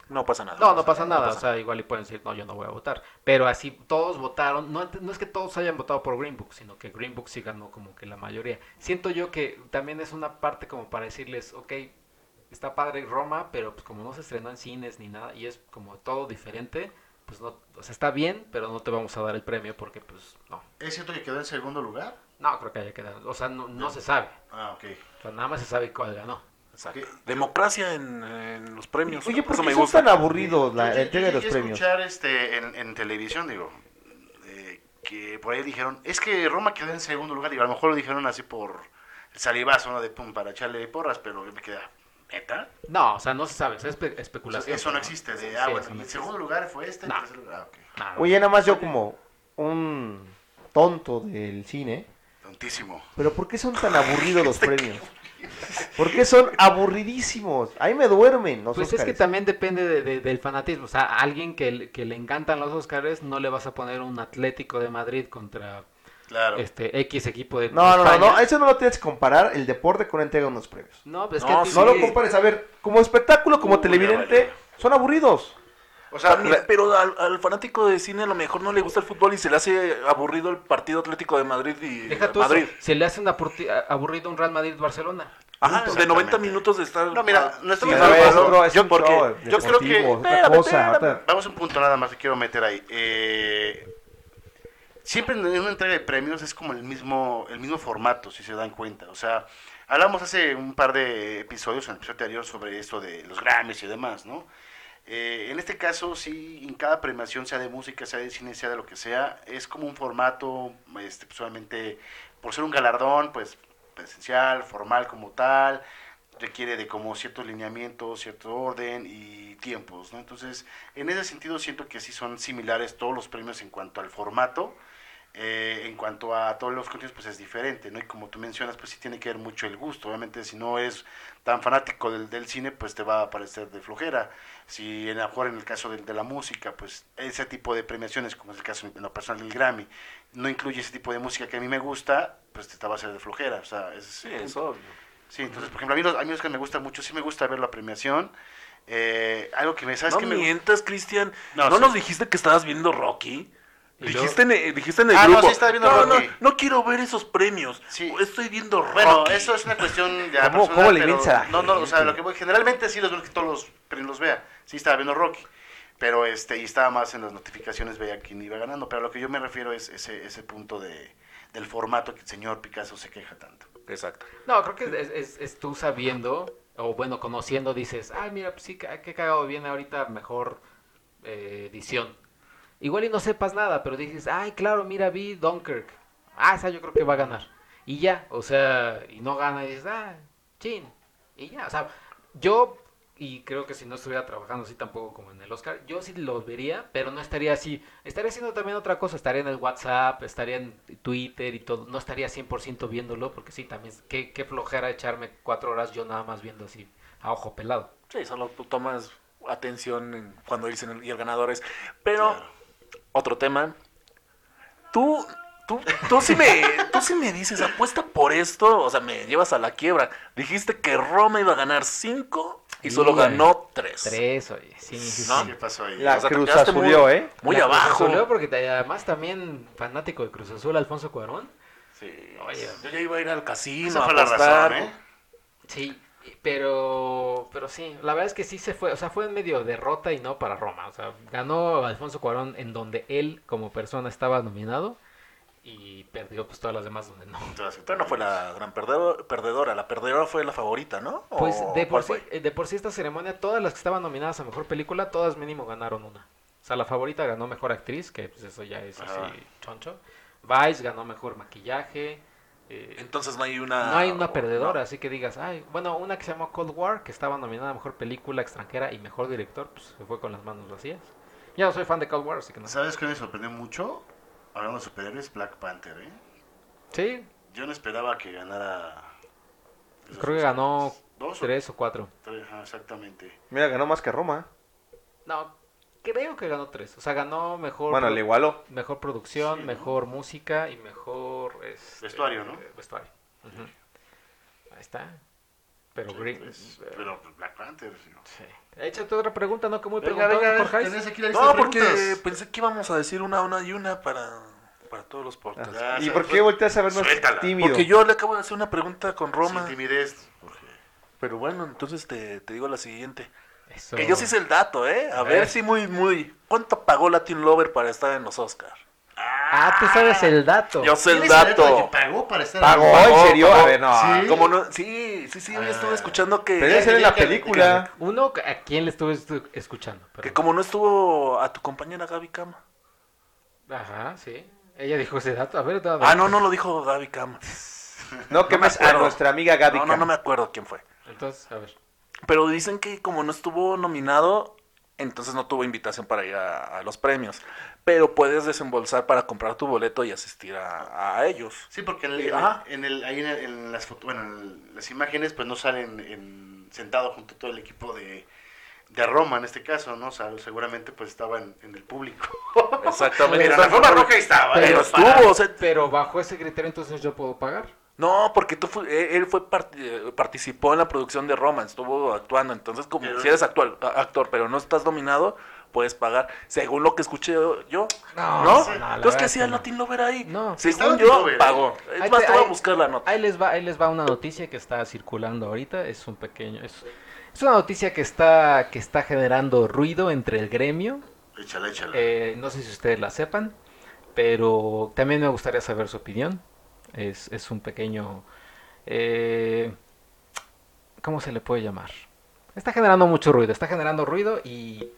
Speaker 3: no pasa nada.
Speaker 1: No, no pasa nada.
Speaker 3: pasa
Speaker 1: O sea, igual y pueden decir, no, yo no voy a votar. Pero así todos votaron. No, ent- no es que todos hayan votado por Green Book, sino que Green Book sí ganó como que la mayoría. Siento yo que también es una parte como para decirles, ok, está padre Roma, pero pues como no se estrenó en cines ni nada y es como todo diferente, pues no, o sea, está bien, pero no te vamos a dar el premio porque pues no.
Speaker 2: ¿Es cierto que quedó en segundo lugar?
Speaker 1: No creo que haya quedado. O sea, no, no se sabe.
Speaker 2: Ah, ok.
Speaker 1: O sea, nada más se sabe cuál ganó.
Speaker 3: Exacto.
Speaker 2: ¿Qué?
Speaker 3: Democracia en, en los premios.
Speaker 4: Oye, ¿por
Speaker 3: Eso
Speaker 4: qué
Speaker 3: me
Speaker 4: son
Speaker 3: gusta.
Speaker 4: tan aburridos
Speaker 2: Yo-
Speaker 4: la, la
Speaker 2: yo- yo
Speaker 4: entrega de los
Speaker 2: llegué a
Speaker 4: premios?
Speaker 2: escuchar este, en, en televisión, digo, eh, que por ahí dijeron, es que Roma quedó en segundo lugar, y a lo mejor lo dijeron así por el salivazo, ¿no? De pum, para echarle porras, pero yo me queda, ¿neta?
Speaker 1: No, o sea, no se sabe. Pues Es espe-
Speaker 2: O sea,
Speaker 1: especulación.
Speaker 2: eso no existe,
Speaker 1: Sí,
Speaker 2: de, ah, bueno,
Speaker 1: eso no
Speaker 2: el
Speaker 1: existe.
Speaker 2: segundo lugar fue este,
Speaker 1: No.
Speaker 2: el tercer lugar, ah, ok.
Speaker 1: Nada.
Speaker 4: Oye, nada más yo como un tonto del cine.
Speaker 2: Tontísimo.
Speaker 4: Pero ¿por qué son tan aburridos los premios? ¿Por qué son aburridísimos? Ahí me duermen los
Speaker 1: Pues es que
Speaker 4: Óscares.
Speaker 1: también depende de- de- del fanatismo. O sea, a alguien que, le- que le encantan los Oscars, no le vas a poner un Atlético de Madrid contra
Speaker 2: Claro.
Speaker 1: este X equipo de.
Speaker 4: No, no, no,
Speaker 1: España.
Speaker 4: no, eso no lo tienes que comparar el deporte con la entrega de unos premios.
Speaker 1: No, pues es
Speaker 3: No,
Speaker 1: que. a ti-
Speaker 4: No lo compares, a ver, como espectáculo, como
Speaker 2: Uy, ya
Speaker 4: televidente,
Speaker 2: valió.
Speaker 4: son aburridos.
Speaker 2: O sea,
Speaker 3: También,
Speaker 2: la-
Speaker 3: pero al, al fanático de cine a lo mejor no le gusta el fútbol y se le hace aburrido el partido Atlético de Madrid y
Speaker 1: Deja tú eso,
Speaker 3: Madrid.
Speaker 1: Se le hace un apurti- aburrido un Real Madrid-Barcelona.
Speaker 3: Ajá, de 90
Speaker 2: Exactamente.
Speaker 3: minutos de estar.
Speaker 2: No, mira, no
Speaker 4: Ah, Sí,
Speaker 2: estamos
Speaker 4: pero es
Speaker 2: hablando-
Speaker 4: otro- es
Speaker 2: yo-
Speaker 4: un
Speaker 2: porque
Speaker 4: show
Speaker 2: yo creo que-
Speaker 4: deportivo, es otra
Speaker 3: espérame,
Speaker 4: cosa,
Speaker 3: espérame.
Speaker 4: otra-
Speaker 2: Vamos a un punto nada más que quiero meter ahí. Eh, siempre en una entrega de premios es como el mismo, el mismo formato, si se dan cuenta. O sea, hablamos hace un par de episodios, en el episodio anterior, sobre esto de los Grammys y demás, ¿no? Eh, en este caso, sí, en cada premiación, sea de música, sea de cine, sea de lo que sea, es como un formato, este, solamente por ser un galardón, pues presencial, formal como tal, requiere de como ciertos lineamientos, cierto orden y tiempos, ¿no? Entonces, en ese sentido siento que sí son similares todos los premios en cuanto al formato, eh, en cuanto a todos los contenidos, pues es diferente, ¿no? Y como tú mencionas, pues sí tiene que ver mucho el gusto. Obviamente, si no eres tan fanático del, del cine, pues te va a parecer de flojera. Si en, a lo mejor en el caso del- de, la música, pues ese tipo de premiaciones, como es el caso en lo personal del Grammy, no incluye ese tipo de música que a mí me gusta, pues te, te va a hacer de flojera. O sea, ese es
Speaker 3: Sí,
Speaker 2: el punto.
Speaker 3: es obvio.
Speaker 2: Sí, entonces, por ejemplo, a mí los, a mí los que me gusta mucho, sí me gusta ver la premiación. Eh, algo que me, ¿sabes
Speaker 3: No
Speaker 2: qué me gusta?
Speaker 3: mientas, Cristian.
Speaker 2: No,
Speaker 3: No,
Speaker 2: sí.
Speaker 3: nos dijiste que estabas viendo Rocky.
Speaker 1: Y
Speaker 3: Dijiste, en el- dijiste en el
Speaker 2: Ah, no,
Speaker 3: grupo.
Speaker 2: sí estaba viendo
Speaker 3: no,
Speaker 2: Rocky".
Speaker 3: no, no quiero ver esos premios.
Speaker 2: Sí.
Speaker 3: Estoy viendo Rocky.
Speaker 2: Bueno, eso es una cuestión ya
Speaker 5: ¿Cómo-
Speaker 2: personal,
Speaker 5: cómo le
Speaker 2: pero
Speaker 5: mientes a la
Speaker 2: No, no, o sea,
Speaker 5: gente?
Speaker 2: lo que voy, generalmente sí los veo que todos los premios los vea. Sí estaba viendo Rocky, pero este, y estaba más en las notificaciones, veía quién iba ganando. Pero a lo que yo me refiero es ese, ese punto de, del formato que el señor Picasso se queja tanto.
Speaker 3: Exacto.
Speaker 1: No, creo que es, es- es tú sabiendo, o bueno, conociendo, dices, ay, mira, pues sí, ca- qué cagado viene ahorita mejor eh, edición. Igual y no sepas nada, pero dices, ay, claro, mira, vi Dunkirk. Ah, esa yo creo que va a ganar. Y ya, o sea, y no gana, y dices, ah, chin. Y ya, o sea, yo, y creo que si no estuviera trabajando así tampoco como en el Oscar, yo sí lo vería, pero no estaría así. Estaría haciendo también otra cosa, estaría en el WhatsApp, estaría en Twitter y todo. No estaría 100% viéndolo, porque sí, también, qué, qué flojera echarme cuatro horas yo nada más viendo así, a ojo pelado.
Speaker 3: Sí, solo tú tomas atención en- cuando dicen el- y el ganador es. Pero, otro tema. Tú, tú, tú, sí me, tú sí me dices, apuesta por esto, o sea, me llevas a la quiebra. Dijiste que Roma iba a ganar 5 y solo
Speaker 1: Híjole.
Speaker 3: ganó 3.
Speaker 1: Tres, oye, sí, sí,
Speaker 3: No,
Speaker 1: sí.
Speaker 2: ¿Qué pasó ahí?
Speaker 4: La
Speaker 3: O sea, te
Speaker 4: Cruz
Speaker 3: quedaste
Speaker 4: Azulió,
Speaker 3: muy-
Speaker 4: ¿eh?
Speaker 3: Muy
Speaker 1: La Cruz
Speaker 3: abajo.
Speaker 1: Azuleo, porque te- además también fanático de Cruz Azul, Alfonso Cuarón.
Speaker 3: Sí.
Speaker 1: Oye.
Speaker 3: yo ya iba a ir al casino.
Speaker 2: Esa
Speaker 3: a
Speaker 2: fue la
Speaker 3: apostar.
Speaker 2: razón, ¿eh?
Speaker 1: Sí, pero, pero sí, la verdad es que sí se fue, o sea, fue en medio derrota y no para Roma, o sea, ganó Alfonso Cuarón en donde él como persona estaba nominado y perdió pues todas las demás donde no.
Speaker 2: Todas-
Speaker 3: Pero no fue la gran perdedor- perdedora, la perdedora fue la favorita, ¿no? ¿O
Speaker 1: Pues de por,
Speaker 3: Oh, cuál
Speaker 1: sí,
Speaker 3: fue?
Speaker 1: eh, de por sí esta ceremonia, todas las que estaban nominadas a Mejor Película, todas mínimo ganaron una. O sea, la favorita ganó Mejor Actriz, que pues eso ya es así
Speaker 2: Ajá.
Speaker 1: choncho. Vice ganó Mejor Maquillaje. eh,
Speaker 3: Entonces no hay una.
Speaker 2: Ah,
Speaker 1: No hay una
Speaker 3: no.
Speaker 1: perdedora, así que digas, ay, bueno, una que se llamó Cold War, que estaba nominada a mejor película extranjera y mejor director, pues se fue con las manos vacías. Ya no soy fan de Cold War, así que no.
Speaker 2: ¿Sabes qué me sorprendió mucho? Hablando de superhéroes, Black Panther, ¿eh?
Speaker 1: Sí,
Speaker 2: Yo no esperaba que ganara. pues,
Speaker 1: creo que ganó
Speaker 2: Dos o
Speaker 1: tres o cuatro.
Speaker 2: tres, ajá, exactamente.
Speaker 4: Mira, ganó más que Roma.
Speaker 1: No, creo que ganó tres. O sea, ganó mejor,
Speaker 4: Bueno,
Speaker 1: pro-
Speaker 4: le igualó.
Speaker 1: mejor producción,
Speaker 2: Sí, ¿no?
Speaker 1: mejor música y mejor... este,
Speaker 2: Vestuario, ¿no?
Speaker 1: eh, Vestuario. Ujú. Ahí está. Pero
Speaker 2: Sí,
Speaker 1: Green...
Speaker 2: tres.
Speaker 1: eh,
Speaker 2: Pero pues, Black Panther, sí.
Speaker 1: sí. Échate otra pregunta, ¿no? Que muy
Speaker 2: Venga,
Speaker 1: preguntón,
Speaker 2: venga,
Speaker 1: Jorge.
Speaker 2: tenés aquí la lista
Speaker 3: No,
Speaker 2: de
Speaker 3: porque
Speaker 2: preguntas.
Speaker 3: pensé que íbamos a decir una, una y una para, para todos los podcasts.
Speaker 2: Ah,
Speaker 4: ¿Y
Speaker 2: sí,
Speaker 4: por
Speaker 2: fue-
Speaker 4: qué volteas a vernos
Speaker 2: Suéltala.
Speaker 4: tímido?
Speaker 3: Porque yo le acabo de hacer una pregunta con Roma.
Speaker 2: Sin timidez.
Speaker 3: Pero bueno, entonces te, te digo la siguiente.
Speaker 1: Eso.
Speaker 3: Que yo sí sé el dato, ¿eh? A,
Speaker 1: A
Speaker 3: ver.
Speaker 1: ver.
Speaker 3: si muy, muy. ¿Cuánto pagó Latin Lover para estar en los Oscars?
Speaker 1: Ah, tú sabes el dato.
Speaker 3: Yo sé el
Speaker 2: ¿Tienes el dato de
Speaker 3: dato.
Speaker 2: que pagó para estar
Speaker 4: ¿Pagó?
Speaker 2: ahí?
Speaker 4: ¿En serio?
Speaker 3: pagó.
Speaker 4: A ver, no.
Speaker 2: Sí.
Speaker 3: Como no, sí, sí, sí, yo
Speaker 2: Ah.
Speaker 3: estuve escuchando que.
Speaker 4: Pero debe ser en la película.
Speaker 1: Uno, ¿a quién le estuve estu- escuchando? Perdón.
Speaker 3: Que como no estuvo a tu compañera Gaby Cama.
Speaker 1: Ajá, sí. Ella dijo ese dato. A ver, da- da-
Speaker 3: Ah, no, no lo dijo Gaby Cama.
Speaker 4: No, que
Speaker 3: me
Speaker 4: más a
Speaker 3: acuerdo.
Speaker 4: nuestra amiga Gaby.
Speaker 3: No, no, no me acuerdo quién fue.
Speaker 1: Entonces, a ver.
Speaker 3: Pero dicen que como no estuvo nominado, entonces no tuvo invitación para ir a, a los premios. Pero puedes desembolsar para comprar tu boleto y asistir a, a ellos.
Speaker 2: Sí, porque en, el-
Speaker 3: Eh, ajá.
Speaker 2: en el- ahí en, el- en las foto- bueno, en las imágenes pues no salen en- sentado junto a todo el equipo de, de Roma en este caso, ¿no? O sea, seguramente pues estaba en, en el público.
Speaker 3: Exactamente.
Speaker 1: Pero
Speaker 2: Pero en la forma roja ahí estaba.
Speaker 3: Pero
Speaker 2: ¿eh?
Speaker 3: estuvo, o sea,
Speaker 1: Pero bajo ese criterio, entonces yo puedo pagar.
Speaker 3: no, porque tú fu- eh, él fue part- eh, participó en la producción de Roma, estuvo actuando, entonces como
Speaker 2: Pero-
Speaker 3: si eres actual, a- actor, pero no estás nominado, puedes pagar, según lo que escuché yo,
Speaker 1: No,
Speaker 3: ¿no?
Speaker 1: Ah, sí. no, la
Speaker 3: entonces
Speaker 1: verdad
Speaker 3: qué
Speaker 1: es
Speaker 3: hacía
Speaker 1: que no.
Speaker 3: Latin Lover ahí?
Speaker 1: No.
Speaker 3: Según
Speaker 2: Estaba
Speaker 3: yo,
Speaker 2: Latin Lover, ¿eh?
Speaker 3: pagó.
Speaker 1: Ahí
Speaker 3: Es más,
Speaker 1: te-
Speaker 3: te voy a
Speaker 1: ahí-
Speaker 3: buscar la nota.
Speaker 1: Ahí les va, ahí les va una noticia que está circulando ahorita. Es un pequeño, es, es una noticia que está, que está generando ruido entre el gremio.
Speaker 2: Échala, échala.
Speaker 1: Eh, no sé si ustedes la sepan, pero también me gustaría saber su opinión. Es, es un pequeño... eh, ¿Cómo se le puede llamar? Está generando mucho ruido, está generando ruido y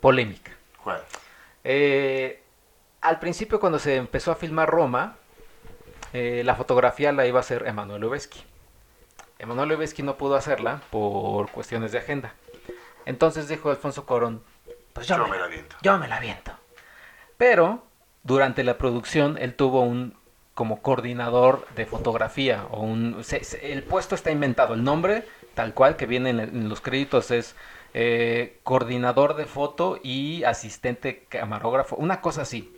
Speaker 1: polémica.
Speaker 2: ¿Cuál?
Speaker 1: Eh, al principio cuando se empezó a filmar Roma, Eh, la fotografía la iba a hacer Emanuel Lubezki. Emanuel Lubezki no pudo hacerla por cuestiones de agenda. Entonces dijo Alfonso Corón, pues yo,
Speaker 2: Yo
Speaker 1: me,
Speaker 2: me
Speaker 1: la,
Speaker 2: la viento.
Speaker 1: yo me la aviento. Pero durante la producción él tuvo un como coordinador de fotografía o un se- se- el puesto está inventado, el nombre tal cual que viene en, el- en los créditos es eh, coordinador de foto y asistente camarógrafo, una cosa así.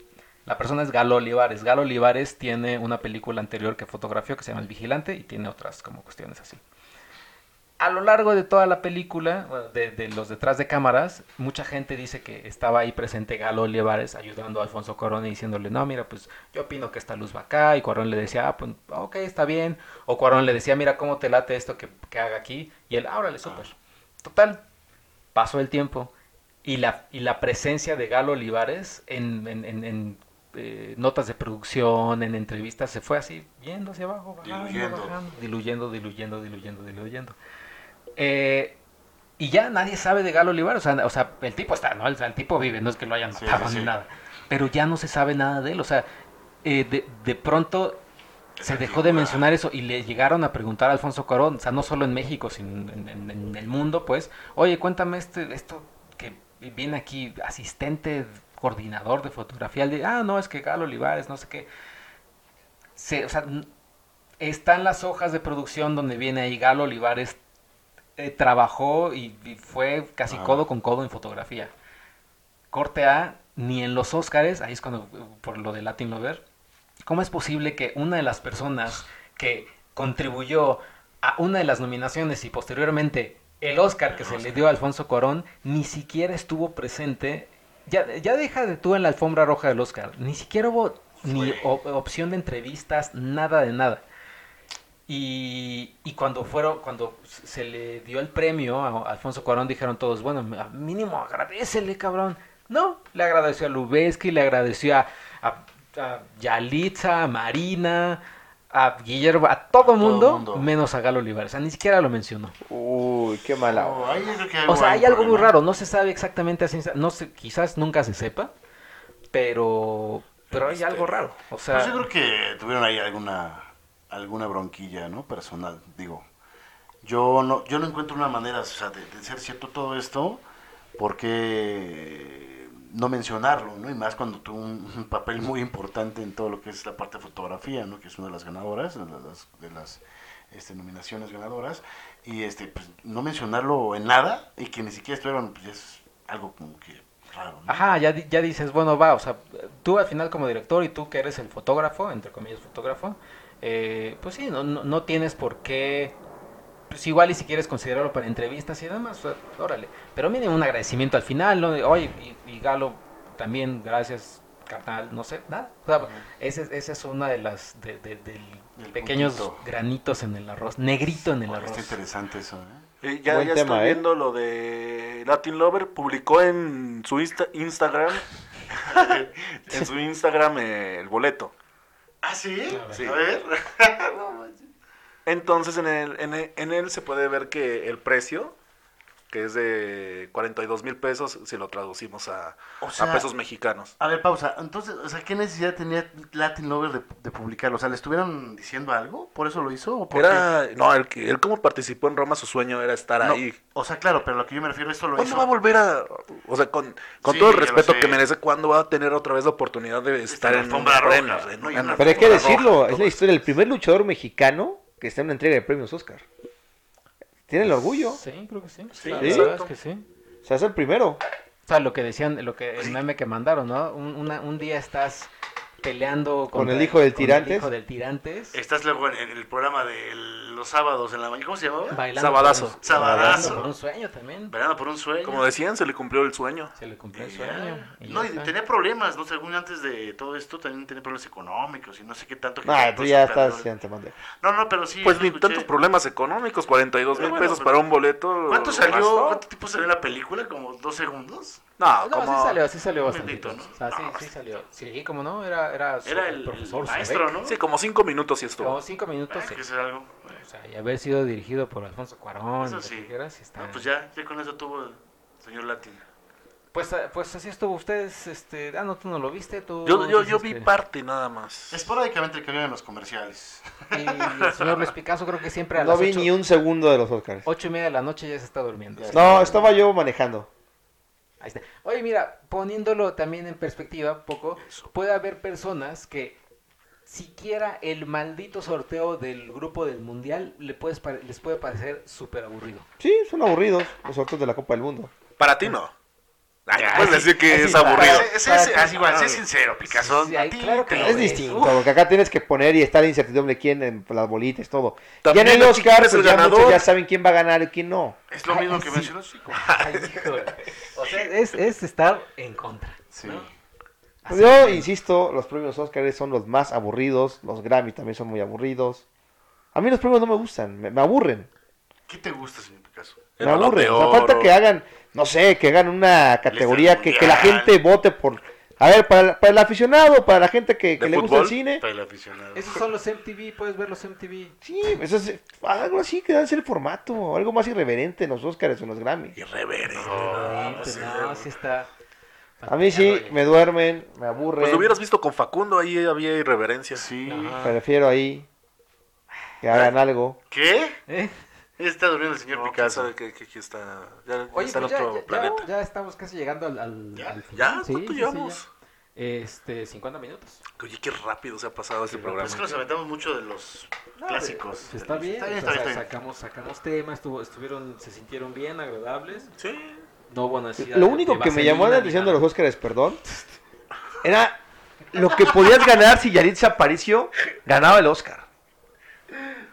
Speaker 1: La persona es Galo Olivares. Galo Olivares tiene una película anterior que fotografió que se llama El Vigilante y tiene otras como cuestiones así. A lo largo de toda la película, bueno, de, de los detrás de cámaras, mucha gente dice que estaba ahí presente Galo Olivares ayudando a Alfonso Cuarón y diciéndole, no, mira, pues yo opino que esta luz va acá. Y Cuarón le decía, ah, pues ok, está bien. O Cuarón le decía, mira cómo te late esto que, que haga aquí. Y él, ah, órale, súper. Total, pasó el tiempo y la, y la presencia de Galo Olivares en, en- en- en, eh, notas de producción, en entrevistas, se fue así, yendo hacia abajo, bajando,
Speaker 2: Diluyendo.
Speaker 1: bajando, diluyendo, diluyendo, diluyendo, diluyendo. Eh, y ya nadie sabe de Galo Olivares, o sea, o sea, el tipo está, ¿no? O sea, el tipo vive, no es que lo hayan
Speaker 2: Sí,
Speaker 1: matado
Speaker 2: sí, sí.
Speaker 1: ni nada, pero ya no se sabe nada de él, o sea, eh, de, de pronto se dejó de
Speaker 2: figura.
Speaker 1: mencionar eso y le llegaron a preguntar a Alfonso Cuarón, o sea, no solo en México, sino en, en- en el mundo, pues, oye, cuéntame este, esto que viene aquí, asistente, coordinador de fotografía, él de, ah, no, es que Galo Olivares, no sé qué. Se, o sea, n- están las hojas de producción donde viene ahí Galo Olivares, eh, trabajó y, y fue casi
Speaker 2: Ah.
Speaker 1: codo con codo en fotografía. Corte A, ni en los Óscares, ahí es cuando, eh, por lo de Latin Lover, ¿cómo es posible que una de las personas que contribuyó a una de las nominaciones y posteriormente el Óscar que se le dio a Alfonso Cuarón ni siquiera estuvo presente? Ya, ya deja de tú en la alfombra roja del Óscar, ni siquiera hubo ni
Speaker 2: Fue.
Speaker 1: op- opción de entrevistas, nada de nada. Y, y cuando fueron, cuando se le dio el premio a Alfonso Cuarón, dijeron todos, bueno, a- mínimo agradecele, cabrón. No, le agradeció a Lubeski, le agradeció a, a, a Yalitza, a Marina, a Guillermo, a todo
Speaker 2: A todo
Speaker 1: mundo,
Speaker 2: mundo.
Speaker 1: menos a Galo Olivares. O sea, ni siquiera lo mencionó.
Speaker 4: Uy, qué mala. onda.
Speaker 2: No, ahí yo creo que
Speaker 1: O sea, hay
Speaker 2: hay un
Speaker 1: algo muy
Speaker 2: problema.
Speaker 1: raro, no se sabe exactamente, a ciencia- no sé, quizás nunca se sepa, pero, pero hay algo raro. O sea,
Speaker 2: este, Pues yo creo que tuvieron ahí alguna alguna bronquilla, ¿no? Personal, digo. Yo no yo no encuentro una manera, o sea, de, de ser cierto todo esto, porque no mencionarlo, ¿no? Y más cuando tuvo un, un papel muy importante en todo lo que es la parte de fotografía, ¿no? Que es una de las ganadoras, de las, de las este, nominaciones ganadoras, y este, pues, no mencionarlo en nada, y que ni siquiera estuvieron, pues ya es algo como que raro, ¿no?
Speaker 1: Ajá, ya, di- ya dices, bueno, va, o sea, tú al final como director y tú que eres el fotógrafo, entre comillas fotógrafo, eh, pues sí, no, no, no tienes por qué, pues igual y si quieres considerarlo para entrevistas y demás, o- órale, pero mínimo un agradecimiento al final, ¿no? De, Oye, y, y Galo, también gracias, carnal, no sé, nada. O sea, esa es- esa es una de las, de, de- del-
Speaker 2: Del
Speaker 1: pequeños
Speaker 2: puntito.
Speaker 1: granitos en el arroz, negrito en el
Speaker 2: Porque
Speaker 1: arroz.
Speaker 2: Está interesante eso, ¿eh?
Speaker 3: Eh, ya
Speaker 4: Buen
Speaker 3: ya
Speaker 4: tema,
Speaker 3: estoy
Speaker 4: ¿eh?
Speaker 3: viendo lo de Latin Lover. Publicó en su Insta- Instagram. en su Instagram eh, el boleto.
Speaker 2: ¿Ah, sí?
Speaker 3: Sí.
Speaker 2: A ver.
Speaker 3: Entonces en, el, en, el- en él se puede ver que el precio, que es de 42 mil pesos, si lo traducimos a,
Speaker 2: O
Speaker 3: a
Speaker 2: sea-
Speaker 3: pesos mexicanos.
Speaker 2: A ver, pausa. Entonces, o sea, ¿qué necesidad tenía Latin Lover de, de publicarlo? O sea, ¿le estuvieron diciendo algo? ¿Por eso lo hizo? ¿O por
Speaker 3: Era, no, él, él como participó en Roma, su sueño era estar
Speaker 2: qué? No,
Speaker 3: ahí.
Speaker 2: O sea, claro, pero lo que yo me refiero, esto lo
Speaker 3: ¿Cuándo
Speaker 2: hizo.
Speaker 3: va a volver a.? O sea, con, con
Speaker 2: Sí,
Speaker 3: todo el
Speaker 2: ya lo
Speaker 3: respeto
Speaker 2: sé.
Speaker 3: que merece, ¿cuándo va a tener otra vez la oportunidad de estar
Speaker 2: en la
Speaker 3: en un
Speaker 2: alfombra roja,
Speaker 3: premio? En
Speaker 2: ¿no?
Speaker 3: una
Speaker 2: Y en la
Speaker 5: Pero hay que
Speaker 3: alfombra
Speaker 5: decirlo,
Speaker 3: roja,
Speaker 5: es
Speaker 3: todo
Speaker 5: la
Speaker 3: eso.
Speaker 5: historia del primer luchador mexicano que está en una entrega de premios Oscar. Tiene el orgullo.
Speaker 1: Sí, creo que sí.
Speaker 3: Sí,
Speaker 1: la
Speaker 5: ¿sí?
Speaker 1: verdad es que sí.
Speaker 5: O sea, es el primero.
Speaker 1: O sea, lo que decían, lo que el meme que mandaron, ¿no? Un, una- un día estás peleando
Speaker 5: Con
Speaker 1: contra-
Speaker 5: el hijo del
Speaker 1: con el
Speaker 5: Tirantes.
Speaker 1: hijo del Tirantes,
Speaker 2: Estás luego en, en el programa de los sábados en la mañana. ¿Cómo se llamaba?
Speaker 1: bailando
Speaker 3: Sabadazo.
Speaker 1: por un-
Speaker 2: Sabadazo.
Speaker 1: bailando por un sueño también.
Speaker 2: Verano por un sueño.
Speaker 3: Como decían, se le cumplió el sueño.
Speaker 1: Se le cumplió
Speaker 2: Y
Speaker 1: el
Speaker 2: ya.
Speaker 1: sueño. y
Speaker 2: no,
Speaker 1: ya
Speaker 2: y
Speaker 1: está.
Speaker 2: tenía problemas, ¿no? Según antes de todo esto, también tenía problemas económicos y no sé qué tanto. que
Speaker 5: Ah,
Speaker 2: compró
Speaker 5: tú
Speaker 2: su
Speaker 5: ya
Speaker 2: plan,
Speaker 5: estás
Speaker 2: ¿no?
Speaker 5: ya te mandé.
Speaker 2: No, no, pero sí.
Speaker 3: Pues
Speaker 2: sí
Speaker 3: ni
Speaker 2: escuché.
Speaker 3: tantos problemas económicos, 42 mil
Speaker 2: Pero bueno,
Speaker 3: pesos
Speaker 2: pero-
Speaker 3: para un boleto.
Speaker 2: ¿Cuánto
Speaker 3: lo
Speaker 2: salió?
Speaker 3: gastó.
Speaker 2: ¿Cuánto tiempo salió la película? ¿Como dos segundos?
Speaker 3: No,
Speaker 1: No,
Speaker 3: como...
Speaker 1: sí salió, sí salió bastante.
Speaker 2: Bendito, ¿no?
Speaker 1: O sea, sí,
Speaker 2: No,
Speaker 1: sí salió. Sí, como no, era, era, su-
Speaker 2: Era el, el
Speaker 1: Sobek.
Speaker 2: maestro, ¿no?
Speaker 3: Sí, como cinco minutos sí estuvo.
Speaker 1: Como cinco minutos,
Speaker 2: Ah,
Speaker 1: sí.
Speaker 2: que será algo.
Speaker 1: O sea, y haber sido dirigido por Alfonso Cuarón.
Speaker 2: Eso
Speaker 1: lo que
Speaker 2: sí.
Speaker 1: quieras, y está-
Speaker 2: No, pues ya, ya con eso tuvo el señor Latin.
Speaker 1: Pues, ah, pues así estuvo. Ustedes, este. Ah, no, tú no lo viste. Tú
Speaker 3: Yo, yo, yo
Speaker 1: dices
Speaker 3: vi
Speaker 1: que-
Speaker 3: parte nada más.
Speaker 2: Esporádicamente que vienen los comerciales.
Speaker 1: Y el señor Luis Picasso creo que siempre a
Speaker 4: No
Speaker 1: las
Speaker 4: vi
Speaker 1: ocho-
Speaker 4: ni un segundo de los Oscars.
Speaker 1: ocho y media de la noche ya se está durmiendo.
Speaker 2: Ya.
Speaker 4: No, estaba yo manejando.
Speaker 1: Ahí está. Oye, mira, poniéndolo también en perspectiva un poco, puede haber personas que siquiera el maldito sorteo del grupo del mundial le puedes pare- les puede parecer súper aburrido.
Speaker 4: Sí, son aburridos los sorteos de la Copa del Mundo.
Speaker 3: Para ti no. Ay,
Speaker 1: Ah,
Speaker 3: puedes
Speaker 1: sí,
Speaker 3: decir que
Speaker 1: sí,
Speaker 3: es
Speaker 1: sí,
Speaker 3: aburrido.
Speaker 1: para-
Speaker 2: Sé- sé-
Speaker 1: para
Speaker 2: sé-
Speaker 1: ti.
Speaker 2: haz igual, sé sincero, Picasso.
Speaker 1: Sí, ay,
Speaker 2: A ti
Speaker 1: claro que
Speaker 2: te
Speaker 1: no.
Speaker 2: lo
Speaker 4: Es
Speaker 1: ves.
Speaker 4: distinto,
Speaker 1: Uf.
Speaker 4: porque acá tienes que poner y está la incertidumbre quién en las bolitas, todo.
Speaker 3: También
Speaker 4: ya en el
Speaker 3: aquí
Speaker 4: Oscar,
Speaker 3: quién es
Speaker 4: pues,
Speaker 3: el
Speaker 4: ya muchos
Speaker 3: ganador.
Speaker 4: ya saben quién va a ganar y quién no.
Speaker 2: Es lo
Speaker 1: Ay,
Speaker 2: mismo
Speaker 1: sí.
Speaker 2: que mencionó Chico.
Speaker 1: Ay, híjole. o sea, es, es estar en contra.
Speaker 2: Sí.
Speaker 1: ¿no? Así
Speaker 4: Pues Yo
Speaker 1: que-
Speaker 4: insisto, los premios Oscars son los más aburridos, los Grammy también son muy aburridos. A mí los premios no me gustan, me, me aburren.
Speaker 2: ¿Qué te gusta, señor Picasso?
Speaker 3: El
Speaker 4: me
Speaker 3: Balón de
Speaker 4: aburren. O sea, falta
Speaker 3: Oro.
Speaker 4: que hagan, no sé, que hagan una categoría que, que la
Speaker 2: mundial.
Speaker 4: gente vote por... A ver, para, el- para el aficionado, para la gente que, que
Speaker 3: ¿De
Speaker 4: le gusta el
Speaker 3: fútbol?
Speaker 4: cine.
Speaker 2: Para el aficionado.
Speaker 1: Esos son los MTV, puedes ver los MTV.
Speaker 4: Sí, eso es, algo así que debe ser el formato, algo más irreverente en los Oscars o en los Grammy.
Speaker 3: Irreverente.
Speaker 1: No, no, sí está.
Speaker 4: A mí sí, me duermen, me aburren.
Speaker 3: Pues lo hubieras visto con Facundo, ahí había irreverencia.
Speaker 2: Sí.
Speaker 1: Ajá.
Speaker 4: Prefiero ahí que hagan algo.
Speaker 2: ¿Qué?
Speaker 1: ¿Eh?
Speaker 2: Está durmiendo el señor
Speaker 3: No, quién
Speaker 2: Picasso.
Speaker 3: sabe que, que aquí está, ya, ya
Speaker 1: Oye,
Speaker 3: está en
Speaker 1: pues ya,
Speaker 3: otro
Speaker 1: ya- ya-
Speaker 3: planeta.
Speaker 1: ya estamos casi llegando al, al,
Speaker 2: ¿Ya?
Speaker 1: al final.
Speaker 3: ¿Ya?
Speaker 1: Sí,
Speaker 3: ¿Cuánto
Speaker 1: sí, sí,
Speaker 3: llevamos?
Speaker 1: ya. Este, 50 minutos.
Speaker 3: Oye, qué rápido se ha pasado este programa.
Speaker 2: Pues Es que nos aventamos mucho de los Ah, clásicos.
Speaker 1: Pues está bien,
Speaker 2: Está bien,
Speaker 1: o sea,
Speaker 2: está bien, está bien.
Speaker 1: Sacamos, sacamos temas, estuvo- estuvieron, se sintieron bien, agradables.
Speaker 3: Sí.
Speaker 1: No hubo necesidad
Speaker 4: Lo
Speaker 1: de-
Speaker 4: único
Speaker 1: de
Speaker 4: que me llamó
Speaker 1: vaselina
Speaker 4: la
Speaker 1: ni
Speaker 4: atención de
Speaker 1: nada.
Speaker 4: los Óscares, perdón, era lo que podías ganar si Yaritza Aparicio ganaba el Óscar.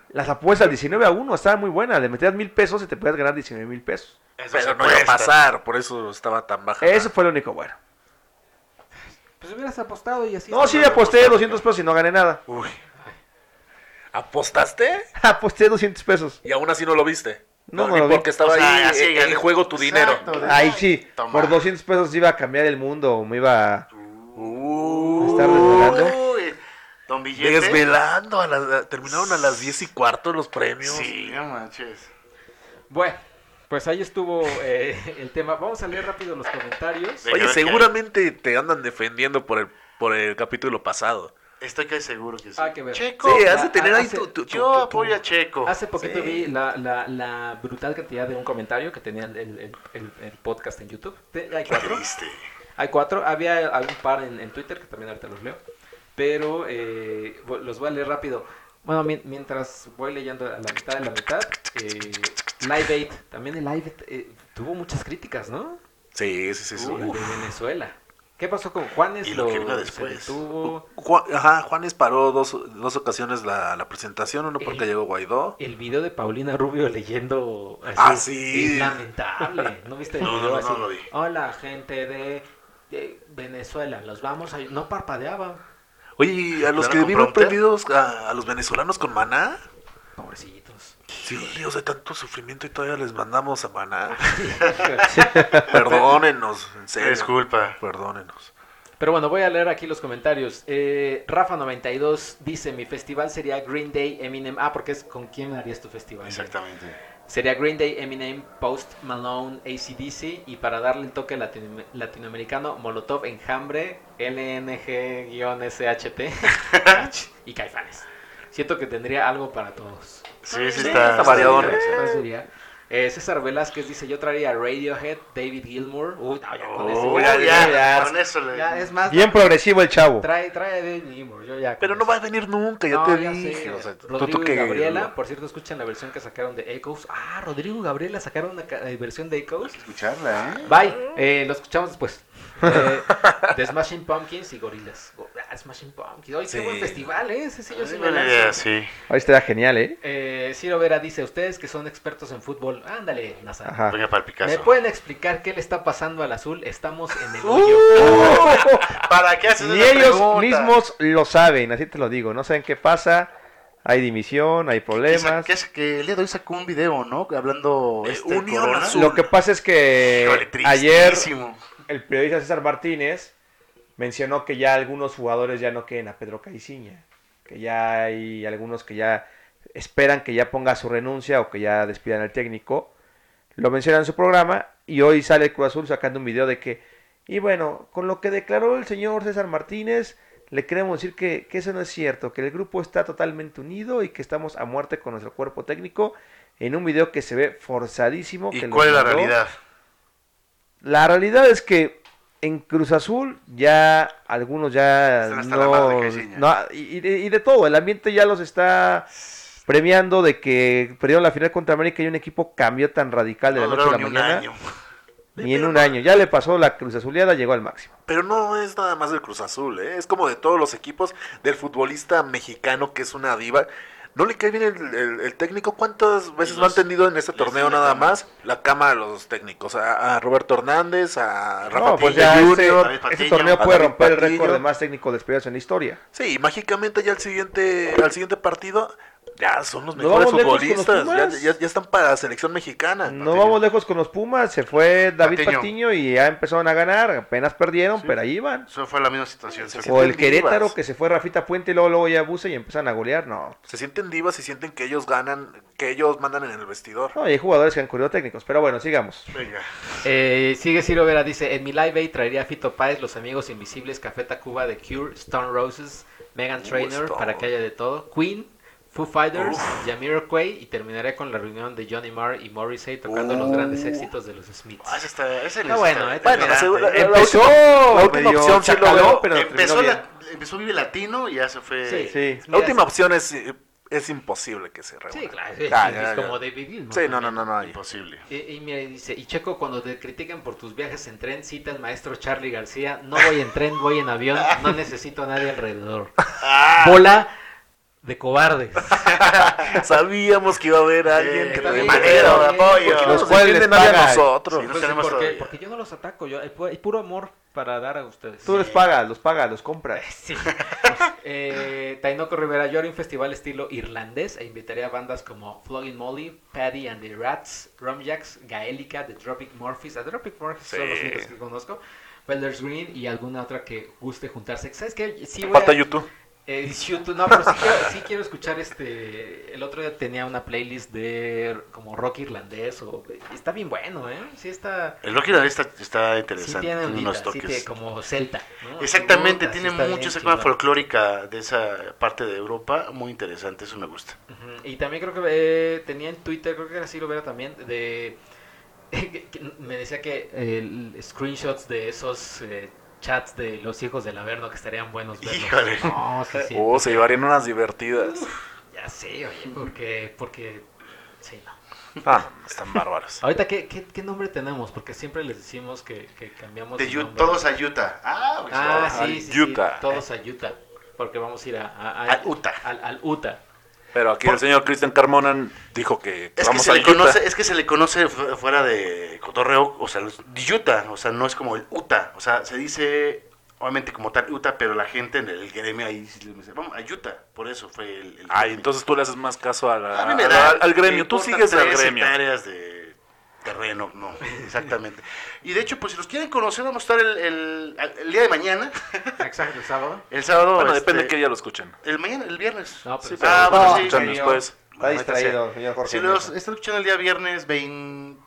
Speaker 4: Las apuestas 19 a 1 estaban muy buenas. Le metías mil pesos y te podías ganar 19 mil pesos.
Speaker 2: Eso se
Speaker 3: Pero no iba a
Speaker 2: presta.
Speaker 3: pasar, por eso estaba tan baja.
Speaker 4: Eso fue lo único bueno.
Speaker 1: Pues hubieras apostado y así.
Speaker 4: No, sí,
Speaker 1: estaba-
Speaker 4: aposté 200 pesos y no gané nada.
Speaker 3: Uy. ¿Apostaste?
Speaker 4: Aposté 200 pesos.
Speaker 3: Y aún así no lo viste.
Speaker 4: No,
Speaker 3: ni
Speaker 4: no lo vi.
Speaker 3: porque estaba
Speaker 2: O sea,
Speaker 3: ahí
Speaker 2: así
Speaker 3: eh,
Speaker 2: gané.
Speaker 3: en juego tu
Speaker 2: Exacto,
Speaker 3: dinero.
Speaker 2: de-
Speaker 4: Ahí sí,
Speaker 2: Toma.
Speaker 4: por 200 pesos iba a cambiar el mundo. o Me iba a...
Speaker 3: Uh, este-
Speaker 4: Está resbalando.
Speaker 2: Uy, Don Billete.
Speaker 3: Desvelando. a las- terminaron a las 10 y cuarto los premios.
Speaker 2: Sí, no manches.
Speaker 1: Bueno, pues ahí estuvo eh, el tema. Vamos a leer rápido los comentarios.
Speaker 2: Ve-
Speaker 3: Oye,
Speaker 2: Venga,
Speaker 3: seguramente te andan defendiendo por el, por el capítulo pasado.
Speaker 2: Estoy casi seguro que sí.
Speaker 1: Ah, que ver.
Speaker 2: Checo.
Speaker 3: Sí,
Speaker 1: ya,
Speaker 3: has de tener ahí
Speaker 1: hace-
Speaker 3: tu... tu- tu-
Speaker 2: Yo
Speaker 3: tu- tu-
Speaker 2: apoyo a Checo.
Speaker 1: Hace poquito
Speaker 3: Sí.
Speaker 1: vi la, la, la brutal cantidad de un comentario que tenía el, el- el- el- el podcast en YouTube. Te- Hay cuatro.
Speaker 2: Triste.
Speaker 1: Hay cuatro. Había algún par en, en Twitter que también ahorita los leo. Pero eh, vo- los voy a leer rápido. Bueno, mi- mientras voy leyendo a la mitad de la mitad, eh, Live Aid. También el Live Aid eh, tuvo muchas críticas, ¿no?
Speaker 3: Sí, sí, sí. sí.
Speaker 1: Sobre el de Venezuela. ¿Qué pasó con Juanes?
Speaker 2: Y lo que vino después.
Speaker 1: Se detuvo.
Speaker 3: Juan, ajá, Juanes paró dos, dos ocasiones la, la presentación, uno porque
Speaker 1: El-
Speaker 3: llegó Guaidó.
Speaker 1: El video de Paulina Rubio leyendo así,
Speaker 3: Ah, sí.
Speaker 1: es lamentable. ¿No viste el
Speaker 2: No, no,
Speaker 1: video
Speaker 2: no,
Speaker 1: así?
Speaker 2: no lo vi.
Speaker 1: Hola, gente de, de Venezuela, los vamos a... No parpadeaba,
Speaker 3: Oye, ¿y a los
Speaker 2: ¿No
Speaker 3: que
Speaker 2: era
Speaker 3: vieron
Speaker 2: Comprompter?
Speaker 3: perdidos, a, a los venezolanos con maná.
Speaker 1: pobrecitos.
Speaker 3: Sí, o sea, tanto sufrimiento y todavía les mandamos a maná. Perdónenos, en serio.
Speaker 2: Disculpa.
Speaker 3: Perdónenos.
Speaker 1: Pero bueno, voy a leer aquí los comentarios. Eh, Rafa92 dice, mi festival sería Green Day, Eminem... Ah, porque es con quién harías tu festival.
Speaker 2: Exactamente.
Speaker 1: Sería Green Day, Eminem, Post Malone, ACDC y para darle el toque latino- latinoamericano, Molotov, Enjambre, LNG-SHT y Caifanes. Siento que tendría algo para todos.
Speaker 2: Sí, sí,
Speaker 3: Sí,
Speaker 2: está,
Speaker 3: está variadón.
Speaker 2: bien.
Speaker 1: Eso sería. Eh, César Velázquez dice, yo traería Radiohead, David Gilmour. Uy, no, ya con eso.
Speaker 2: Oh, ya, ya,
Speaker 4: Ya.
Speaker 2: Con eso le.
Speaker 1: Ya, es más,
Speaker 4: Bien progresivo el chavo.
Speaker 1: trae, trae a David Gilmour. Yo ya con
Speaker 3: Pero no
Speaker 1: eso.
Speaker 3: va a venir nunca, ya
Speaker 1: No,
Speaker 3: te
Speaker 1: ya sé.
Speaker 3: dije. O sea, tú- tú
Speaker 1: Rodrigo
Speaker 3: que-
Speaker 1: y Gabriela, por cierto, escuchan la versión que sacaron de Echoes. Ah, Rodrigo y Gabriela sacaron una ca- eh, versión de Echoes.
Speaker 2: Escucharla, ¿eh?
Speaker 1: Bye, eh, lo escuchamos después. Eh, de Smashing Pumpkins y Gorilas. Smashing Pumpkins. Oye,
Speaker 3: Sí.
Speaker 1: qué buen festival, ¿eh? Ese sí, yo sí me
Speaker 2: buena
Speaker 1: lanzo.
Speaker 2: idea, sí.
Speaker 4: Ahí estaría genial, ¿eh?
Speaker 1: Eh, Ciro Vera dice, ustedes que son expertos en fútbol, ándale, NASA.
Speaker 4: Ajá.
Speaker 2: Venga para el
Speaker 1: ¿Me
Speaker 2: Picasso.
Speaker 1: pueden explicar qué le está pasando al azul? Estamos en
Speaker 3: ¡Uh!
Speaker 1: el hoyo.
Speaker 4: ¡Uh!
Speaker 2: ¿Para qué haces
Speaker 4: Ni
Speaker 2: esa
Speaker 4: ellos
Speaker 2: pregunta?
Speaker 4: mismos lo saben, así te lo digo. No saben qué pasa. Hay dimisión, hay
Speaker 2: Que sa-
Speaker 4: problemas.
Speaker 2: Que, sa- que el día de hoy sacó un video, ¿no? Hablando
Speaker 3: Eh,
Speaker 2: este
Speaker 3: Unión
Speaker 2: corona.
Speaker 3: Azul.
Speaker 4: Lo que pasa es que
Speaker 2: Híjole,
Speaker 4: ayer
Speaker 2: tristísimo.
Speaker 4: el periodista César Martínez mencionó que ya algunos jugadores ya no quieren a Pedro Caiciña. Que ya hay algunos que ya esperan que ya ponga su renuncia o que ya despidan al técnico. Lo menciona en su programa Y hoy sale el Cruz Azul sacando un video de que, y bueno, con lo que declaró el señor César Martínez, le queremos decir que, que eso no es cierto, que el grupo está totalmente unido y que estamos a muerte con nuestro cuerpo técnico en un video que se ve forzadísimo.
Speaker 2: ¿Y
Speaker 4: que lo
Speaker 2: cuál es la
Speaker 4: mandó.
Speaker 2: realidad?
Speaker 4: La realidad es que en Cruz Azul ya algunos ya
Speaker 2: Están hasta la madre
Speaker 4: no,
Speaker 2: de Caixinha.
Speaker 4: no- y, y de, y de todo, el ambiente ya los está premiando de que perdieron la final contra América y un equipo cambió tan radical de
Speaker 2: No
Speaker 4: la noche a la
Speaker 2: duraron ni un
Speaker 4: mañana.
Speaker 2: año.
Speaker 4: Ni en un año, ya le pasó la Cruz Azuleada, llegó al máximo.
Speaker 3: Pero no es nada más del Cruz Azul, ¿eh? es como de todos los equipos, del futbolista mexicano que es una diva. ¿No le cae bien el, el- el técnico? ¿Cuántas veces
Speaker 2: Y
Speaker 3: lo han
Speaker 2: los-
Speaker 3: tenido en este
Speaker 2: les
Speaker 3: torneo
Speaker 2: la
Speaker 3: nada
Speaker 2: cama.
Speaker 3: más? La cama de los técnicos, a, a Roberto Hernández, a Rafa
Speaker 4: No, pues
Speaker 3: Puente
Speaker 4: ya este,
Speaker 3: Jr..
Speaker 2: David
Speaker 4: este
Speaker 2: Patiño,
Speaker 4: torneo puede
Speaker 3: David
Speaker 4: romper el récord
Speaker 3: Patiño.
Speaker 4: de más técnicos despedidos en la historia.
Speaker 3: Sí, y mágicamente ya al siguiente, al siguiente partido ya son los
Speaker 4: No
Speaker 3: mejores
Speaker 4: vamos lejos con los
Speaker 3: futbolistas, ya,
Speaker 4: Pumas. Mm.
Speaker 3: ya- ya están para la selección mexicana.
Speaker 4: No vamos lejos con los Pumas, se fue David
Speaker 2: Ah, Patiño.
Speaker 4: Patiño, y ya empezaron a ganar, apenas perdieron,
Speaker 2: Sí.
Speaker 4: pero ahí van.
Speaker 2: Eso fue la misma situación.
Speaker 3: Sí,
Speaker 2: se
Speaker 3: sí.
Speaker 2: fue.
Speaker 4: O el
Speaker 3: Divas.
Speaker 4: Querétaro que se fue Rafita Puente y luego, luego ya Buse y empiezan a golear, no.
Speaker 3: Se sienten divas y sienten que ellos ganan, que ellos mandan en el vestidor.
Speaker 4: No, y hay jugadores que han corrido técnicos, pero bueno, sigamos.
Speaker 2: Venga.
Speaker 1: Eh, sigue Ciro Vera, dice, en mi live aid traería a Fito Páez, Los Amigos Invisibles, Café Tacuba, The Cure, Stone Roses, Megan
Speaker 3: Uh,
Speaker 1: Trainor,
Speaker 3: Stone.
Speaker 1: para que haya de todo, Queen, Foo Fighters,
Speaker 3: Uf.
Speaker 1: Jamiroquai y terminaré con la reunión de Johnny Marr y Morrissey tocando los
Speaker 3: Uh.
Speaker 1: grandes éxitos de los Smiths.
Speaker 2: Ah, ese está, ese
Speaker 1: Está
Speaker 2: les-
Speaker 1: bueno, eh,
Speaker 3: Bueno, la
Speaker 2: Esperante,
Speaker 3: segunda-
Speaker 2: eh.
Speaker 3: la- la última- la última
Speaker 4: medio
Speaker 3: opción sí
Speaker 4: chacalón,
Speaker 3: logró.
Speaker 4: pero
Speaker 2: empezó,
Speaker 4: terminó
Speaker 2: la-
Speaker 4: bien.
Speaker 2: empezó Vive Latino y ya se fue.
Speaker 4: sí.
Speaker 1: Mira,
Speaker 3: La última opción es, eh, es imposible que se reúna.
Speaker 1: Sí, claro, sí,
Speaker 3: Ah,
Speaker 1: sí,
Speaker 3: ya,
Speaker 1: es
Speaker 3: ya.
Speaker 1: como David Gilmour.
Speaker 3: Sí, no, no, no, no. ahí.
Speaker 2: Imposible.
Speaker 1: Y, y mira, y dice, y Checo, cuando te critican por tus viajes en tren, cita al maestro Charlie García, no voy en tren, voy en avión, no necesito a nadie alrededor.
Speaker 3: Ah.
Speaker 1: Bola de cobardes.
Speaker 3: Sabíamos que iba a haber alguien
Speaker 2: Sí,
Speaker 3: que
Speaker 1: está
Speaker 3: te
Speaker 1: bien,
Speaker 3: manera
Speaker 1: está
Speaker 3: de
Speaker 1: bien.
Speaker 3: apoyo.
Speaker 2: Porque
Speaker 3: No
Speaker 4: los
Speaker 3: nos
Speaker 4: cuales
Speaker 3: entiende
Speaker 4: les
Speaker 3: nadie a
Speaker 4: pagan.
Speaker 3: nosotros.
Speaker 2: Sí, no
Speaker 1: Pues sí,
Speaker 2: tenemos
Speaker 1: porque,
Speaker 2: todavía.
Speaker 1: porque yo no los ataco, yo hay, pu- hay puro amor para dar a ustedes.
Speaker 4: Tú les pagas, los pagas, los
Speaker 2: Pues,
Speaker 4: compras.
Speaker 1: Sí. Eh, Tainoco Rivera, yo haría un festival estilo irlandés e invitaría a bandas como Flogging Molly, Paddy and the Rats, Rumjacks, Gaelica, The Tropic Murphys. The Tropic Murphys son los
Speaker 3: Sí.
Speaker 1: únicos que conozco. Felders Green y alguna otra que guste juntarse. ¿Sabes qué? Sí, voy
Speaker 3: Falta
Speaker 1: a-
Speaker 3: YouTube.
Speaker 1: eh, YouTube, no, pero sí quiero, sí quiero escuchar este. El otro día tenía una playlist de como rock irlandés o. Está bien bueno, ¿eh? Sí está.
Speaker 2: El Rocky Dalí está, está
Speaker 1: Sí
Speaker 2: interesante.
Speaker 1: tiene
Speaker 2: tiene
Speaker 1: ondita,
Speaker 2: unos
Speaker 1: sí
Speaker 2: toques.
Speaker 1: tiene como celta. ¿no?
Speaker 2: Exactamente,
Speaker 1: Ondita, sí
Speaker 2: tiene
Speaker 1: está bien
Speaker 2: mucho esa cosa
Speaker 1: chingón.
Speaker 2: folclórica de esa parte de Europa, muy interesante, eso me gusta.
Speaker 1: Ujú, Y también creo que eh, tenía en Twitter, creo que era así lo vera también, de... que- que me decía que eh, el- screenshots de esos eh, chats de los hijos del Averno que estarían buenos verlos.
Speaker 2: Híjole.
Speaker 1: No, sí, sí.
Speaker 3: Oh, se llevarían unas divertidas.
Speaker 1: Ya sé, oye, porque... porque sí, no.
Speaker 3: Ah, están bárbaros.
Speaker 1: Ahorita, ¿qué, qué, qué nombre tenemos? Porque siempre les decimos que, que cambiamos
Speaker 2: De
Speaker 1: el
Speaker 2: Yu-
Speaker 1: nombre.
Speaker 2: todos a Utah. Ah, pues,
Speaker 1: Ah,
Speaker 2: ah,
Speaker 1: sí, sí, sí,
Speaker 3: Utah.
Speaker 1: todos a Utah. Porque vamos a ir a... a- a-
Speaker 2: Al Utah.
Speaker 1: Al, al Utah.
Speaker 3: Pero aquí el señor Cristian Carmona dijo que
Speaker 2: Es que,
Speaker 3: vamos
Speaker 2: se
Speaker 3: a
Speaker 2: le
Speaker 3: Utah.
Speaker 2: conoce, es que se le conoce fu- fuera de cotorreo, o sea, los- de Utah, o sea, no es como el Utah, o sea, se dice obviamente como tal Utah, pero la gente en el gremio ahí sí me dice, vamos a Utah, por eso fue el... el
Speaker 3: Ay, entonces tú le haces más caso a la-
Speaker 2: A mí me
Speaker 3: a
Speaker 2: da-
Speaker 3: la- al
Speaker 2: me
Speaker 3: gremio. Tú
Speaker 2: importa
Speaker 3: sigues al
Speaker 2: tres
Speaker 3: gremio.
Speaker 2: hectáreas de terreno, no, exactamente. y de hecho, pues si los quieren conocer, vamos a estar el, el- el día de mañana,
Speaker 1: Exacto, el sábado.
Speaker 2: el sábado.
Speaker 3: Bueno,
Speaker 2: este,
Speaker 3: depende de qué día lo escuchen.
Speaker 2: El mañana, el viernes.
Speaker 1: No, pero
Speaker 3: Sí,
Speaker 1: el
Speaker 3: pero
Speaker 2: ah,
Speaker 3: lo
Speaker 2: bueno,
Speaker 3: están
Speaker 2: sí.
Speaker 3: escuchando
Speaker 4: señor.
Speaker 3: después.
Speaker 4: Está distraído, señor Jorge.
Speaker 2: Si los están escuchando el día viernes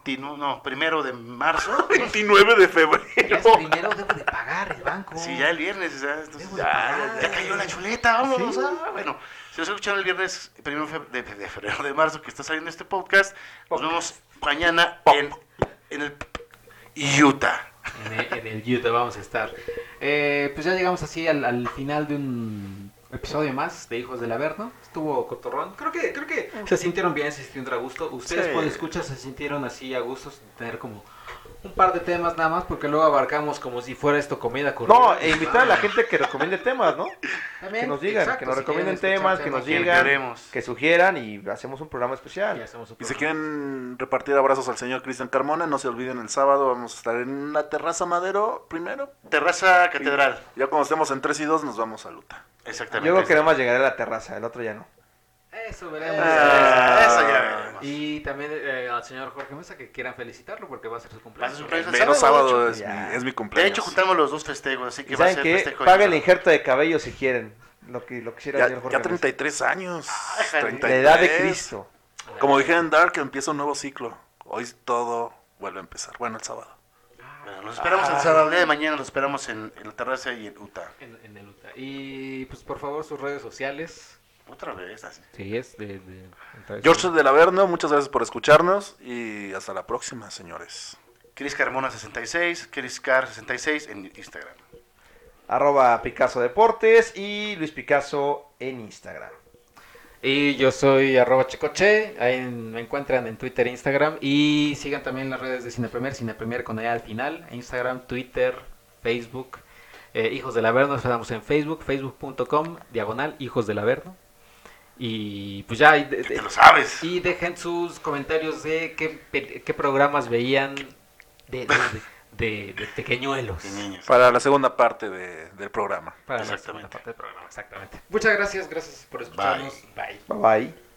Speaker 2: 29, no, primero de marzo.
Speaker 3: 29 de
Speaker 1: Ya es
Speaker 3: febrero.
Speaker 1: primero debo de pagar el banco.
Speaker 2: Sí, ya el viernes, o sea, entonces,
Speaker 1: Debo de
Speaker 2: ya,
Speaker 1: pagar.
Speaker 2: ya cayó la chuleta, vámonos. ah, bueno, si nos escucharon el viernes, primero fe- de, de febrero, de marzo, que está saliendo este podcast, nos vemos mañana en, en el Utah.
Speaker 1: En el, en el Utah vamos a estar. Eh, pues ya llegamos así al, al final de un episodio más de Hijos del Averno. Estuvo cotorrón. Creo que, creo que se sintieron bien, se sintieron a gusto. Ustedes
Speaker 3: Sí.
Speaker 1: por escuchar se sintieron así a gusto, sin tener como un par de temas nada más, porque luego abarcamos como si fuera esto comida corrida.
Speaker 4: No, e invitar a la gente que recomiende temas, ¿no?
Speaker 1: También,
Speaker 4: Que nos digan,
Speaker 1: exacto,
Speaker 4: que nos
Speaker 1: si quieren
Speaker 4: recomienden
Speaker 1: escuchar
Speaker 4: temas, que nos
Speaker 1: temas,
Speaker 4: digan,
Speaker 2: queremos.
Speaker 4: que sugieran y hacemos un
Speaker 1: y
Speaker 4: programa especial.
Speaker 1: hacemos un
Speaker 3: Y si
Speaker 1: programa.
Speaker 3: quieren repartir abrazos al señor Cristian Carmona, no se olviden el sábado vamos a estar en la terraza Madero primero.
Speaker 2: Terraza Catedral.
Speaker 3: Ya cuando estemos en 3 y 2 nos vamos a luta.
Speaker 4: Yo
Speaker 2: Exactamente.
Speaker 4: creo que nada más llegaré a la terraza, el otro ya no.
Speaker 1: Eso veremos.
Speaker 2: Ah, eso ya veremos.
Speaker 1: Y también eh, al señor Jorge Mesa que quieran felicitarlo porque va a ser su
Speaker 2: Va a
Speaker 1: cumpleaños.
Speaker 2: ser su
Speaker 3: El
Speaker 2: cumpleaños el
Speaker 3: mero
Speaker 2: sábado,
Speaker 3: sábado
Speaker 2: ocho.
Speaker 3: es
Speaker 4: Ya.
Speaker 3: mi, es mi
Speaker 2: De
Speaker 3: cumpleaños.
Speaker 2: hecho, juntamos los dos festejos, así
Speaker 4: ¿Y
Speaker 2: que va a
Speaker 4: ¿Saben
Speaker 2: ser
Speaker 4: qué?
Speaker 2: festejo. de
Speaker 4: Paga el
Speaker 2: Navidad.
Speaker 4: injerto de cabello si quieren. Lo que, lo que quisiera el
Speaker 3: ya,
Speaker 4: señor Jorge.
Speaker 3: ya 33 años.
Speaker 2: jale.
Speaker 4: Mesa. La edad de Cristo.
Speaker 3: Como dije en Dark, empieza un nuevo ciclo. Hoy todo vuelve a empezar. Bueno, el sábado.
Speaker 2: Bueno, los esperamos el sábado, el día de mañana los esperamos en, en la terraza y en Utah.
Speaker 1: En, en el Utah. Y pues por favor sus redes sociales.
Speaker 2: Otra vez, así.
Speaker 1: Sí, es de... de-
Speaker 3: George del Averno, muchas gracias por escucharnos y hasta la próxima, señores.
Speaker 2: Chris Carmona66, Chris Car66 en Instagram.
Speaker 4: Arroba Picasso Deportes y Luis Picasso en Instagram.
Speaker 1: Y yo soy arroba checoche, ahí en- me encuentran en Twitter e Instagram. Y sigan también las redes de Cinepremier, Cinepremier con allá al final, Instagram, Twitter, Facebook. Eh, Hijos del Averno, estamos en Facebook, facebook.com, diagonal, Hijos del Averno. Y pues ya, y, de-
Speaker 2: Te
Speaker 1: de-
Speaker 2: lo sabes.
Speaker 1: y dejen sus comentarios de qué, pe- qué programas veían de, de, de- de pequeñuelos.
Speaker 2: Y niños.
Speaker 3: Para la segunda parte de- del programa.
Speaker 1: Para la segunda
Speaker 2: Exactamente.
Speaker 1: parte del programa, exactamente. Muchas gracias, gracias por escucharnos. Bye.
Speaker 4: Bye bye.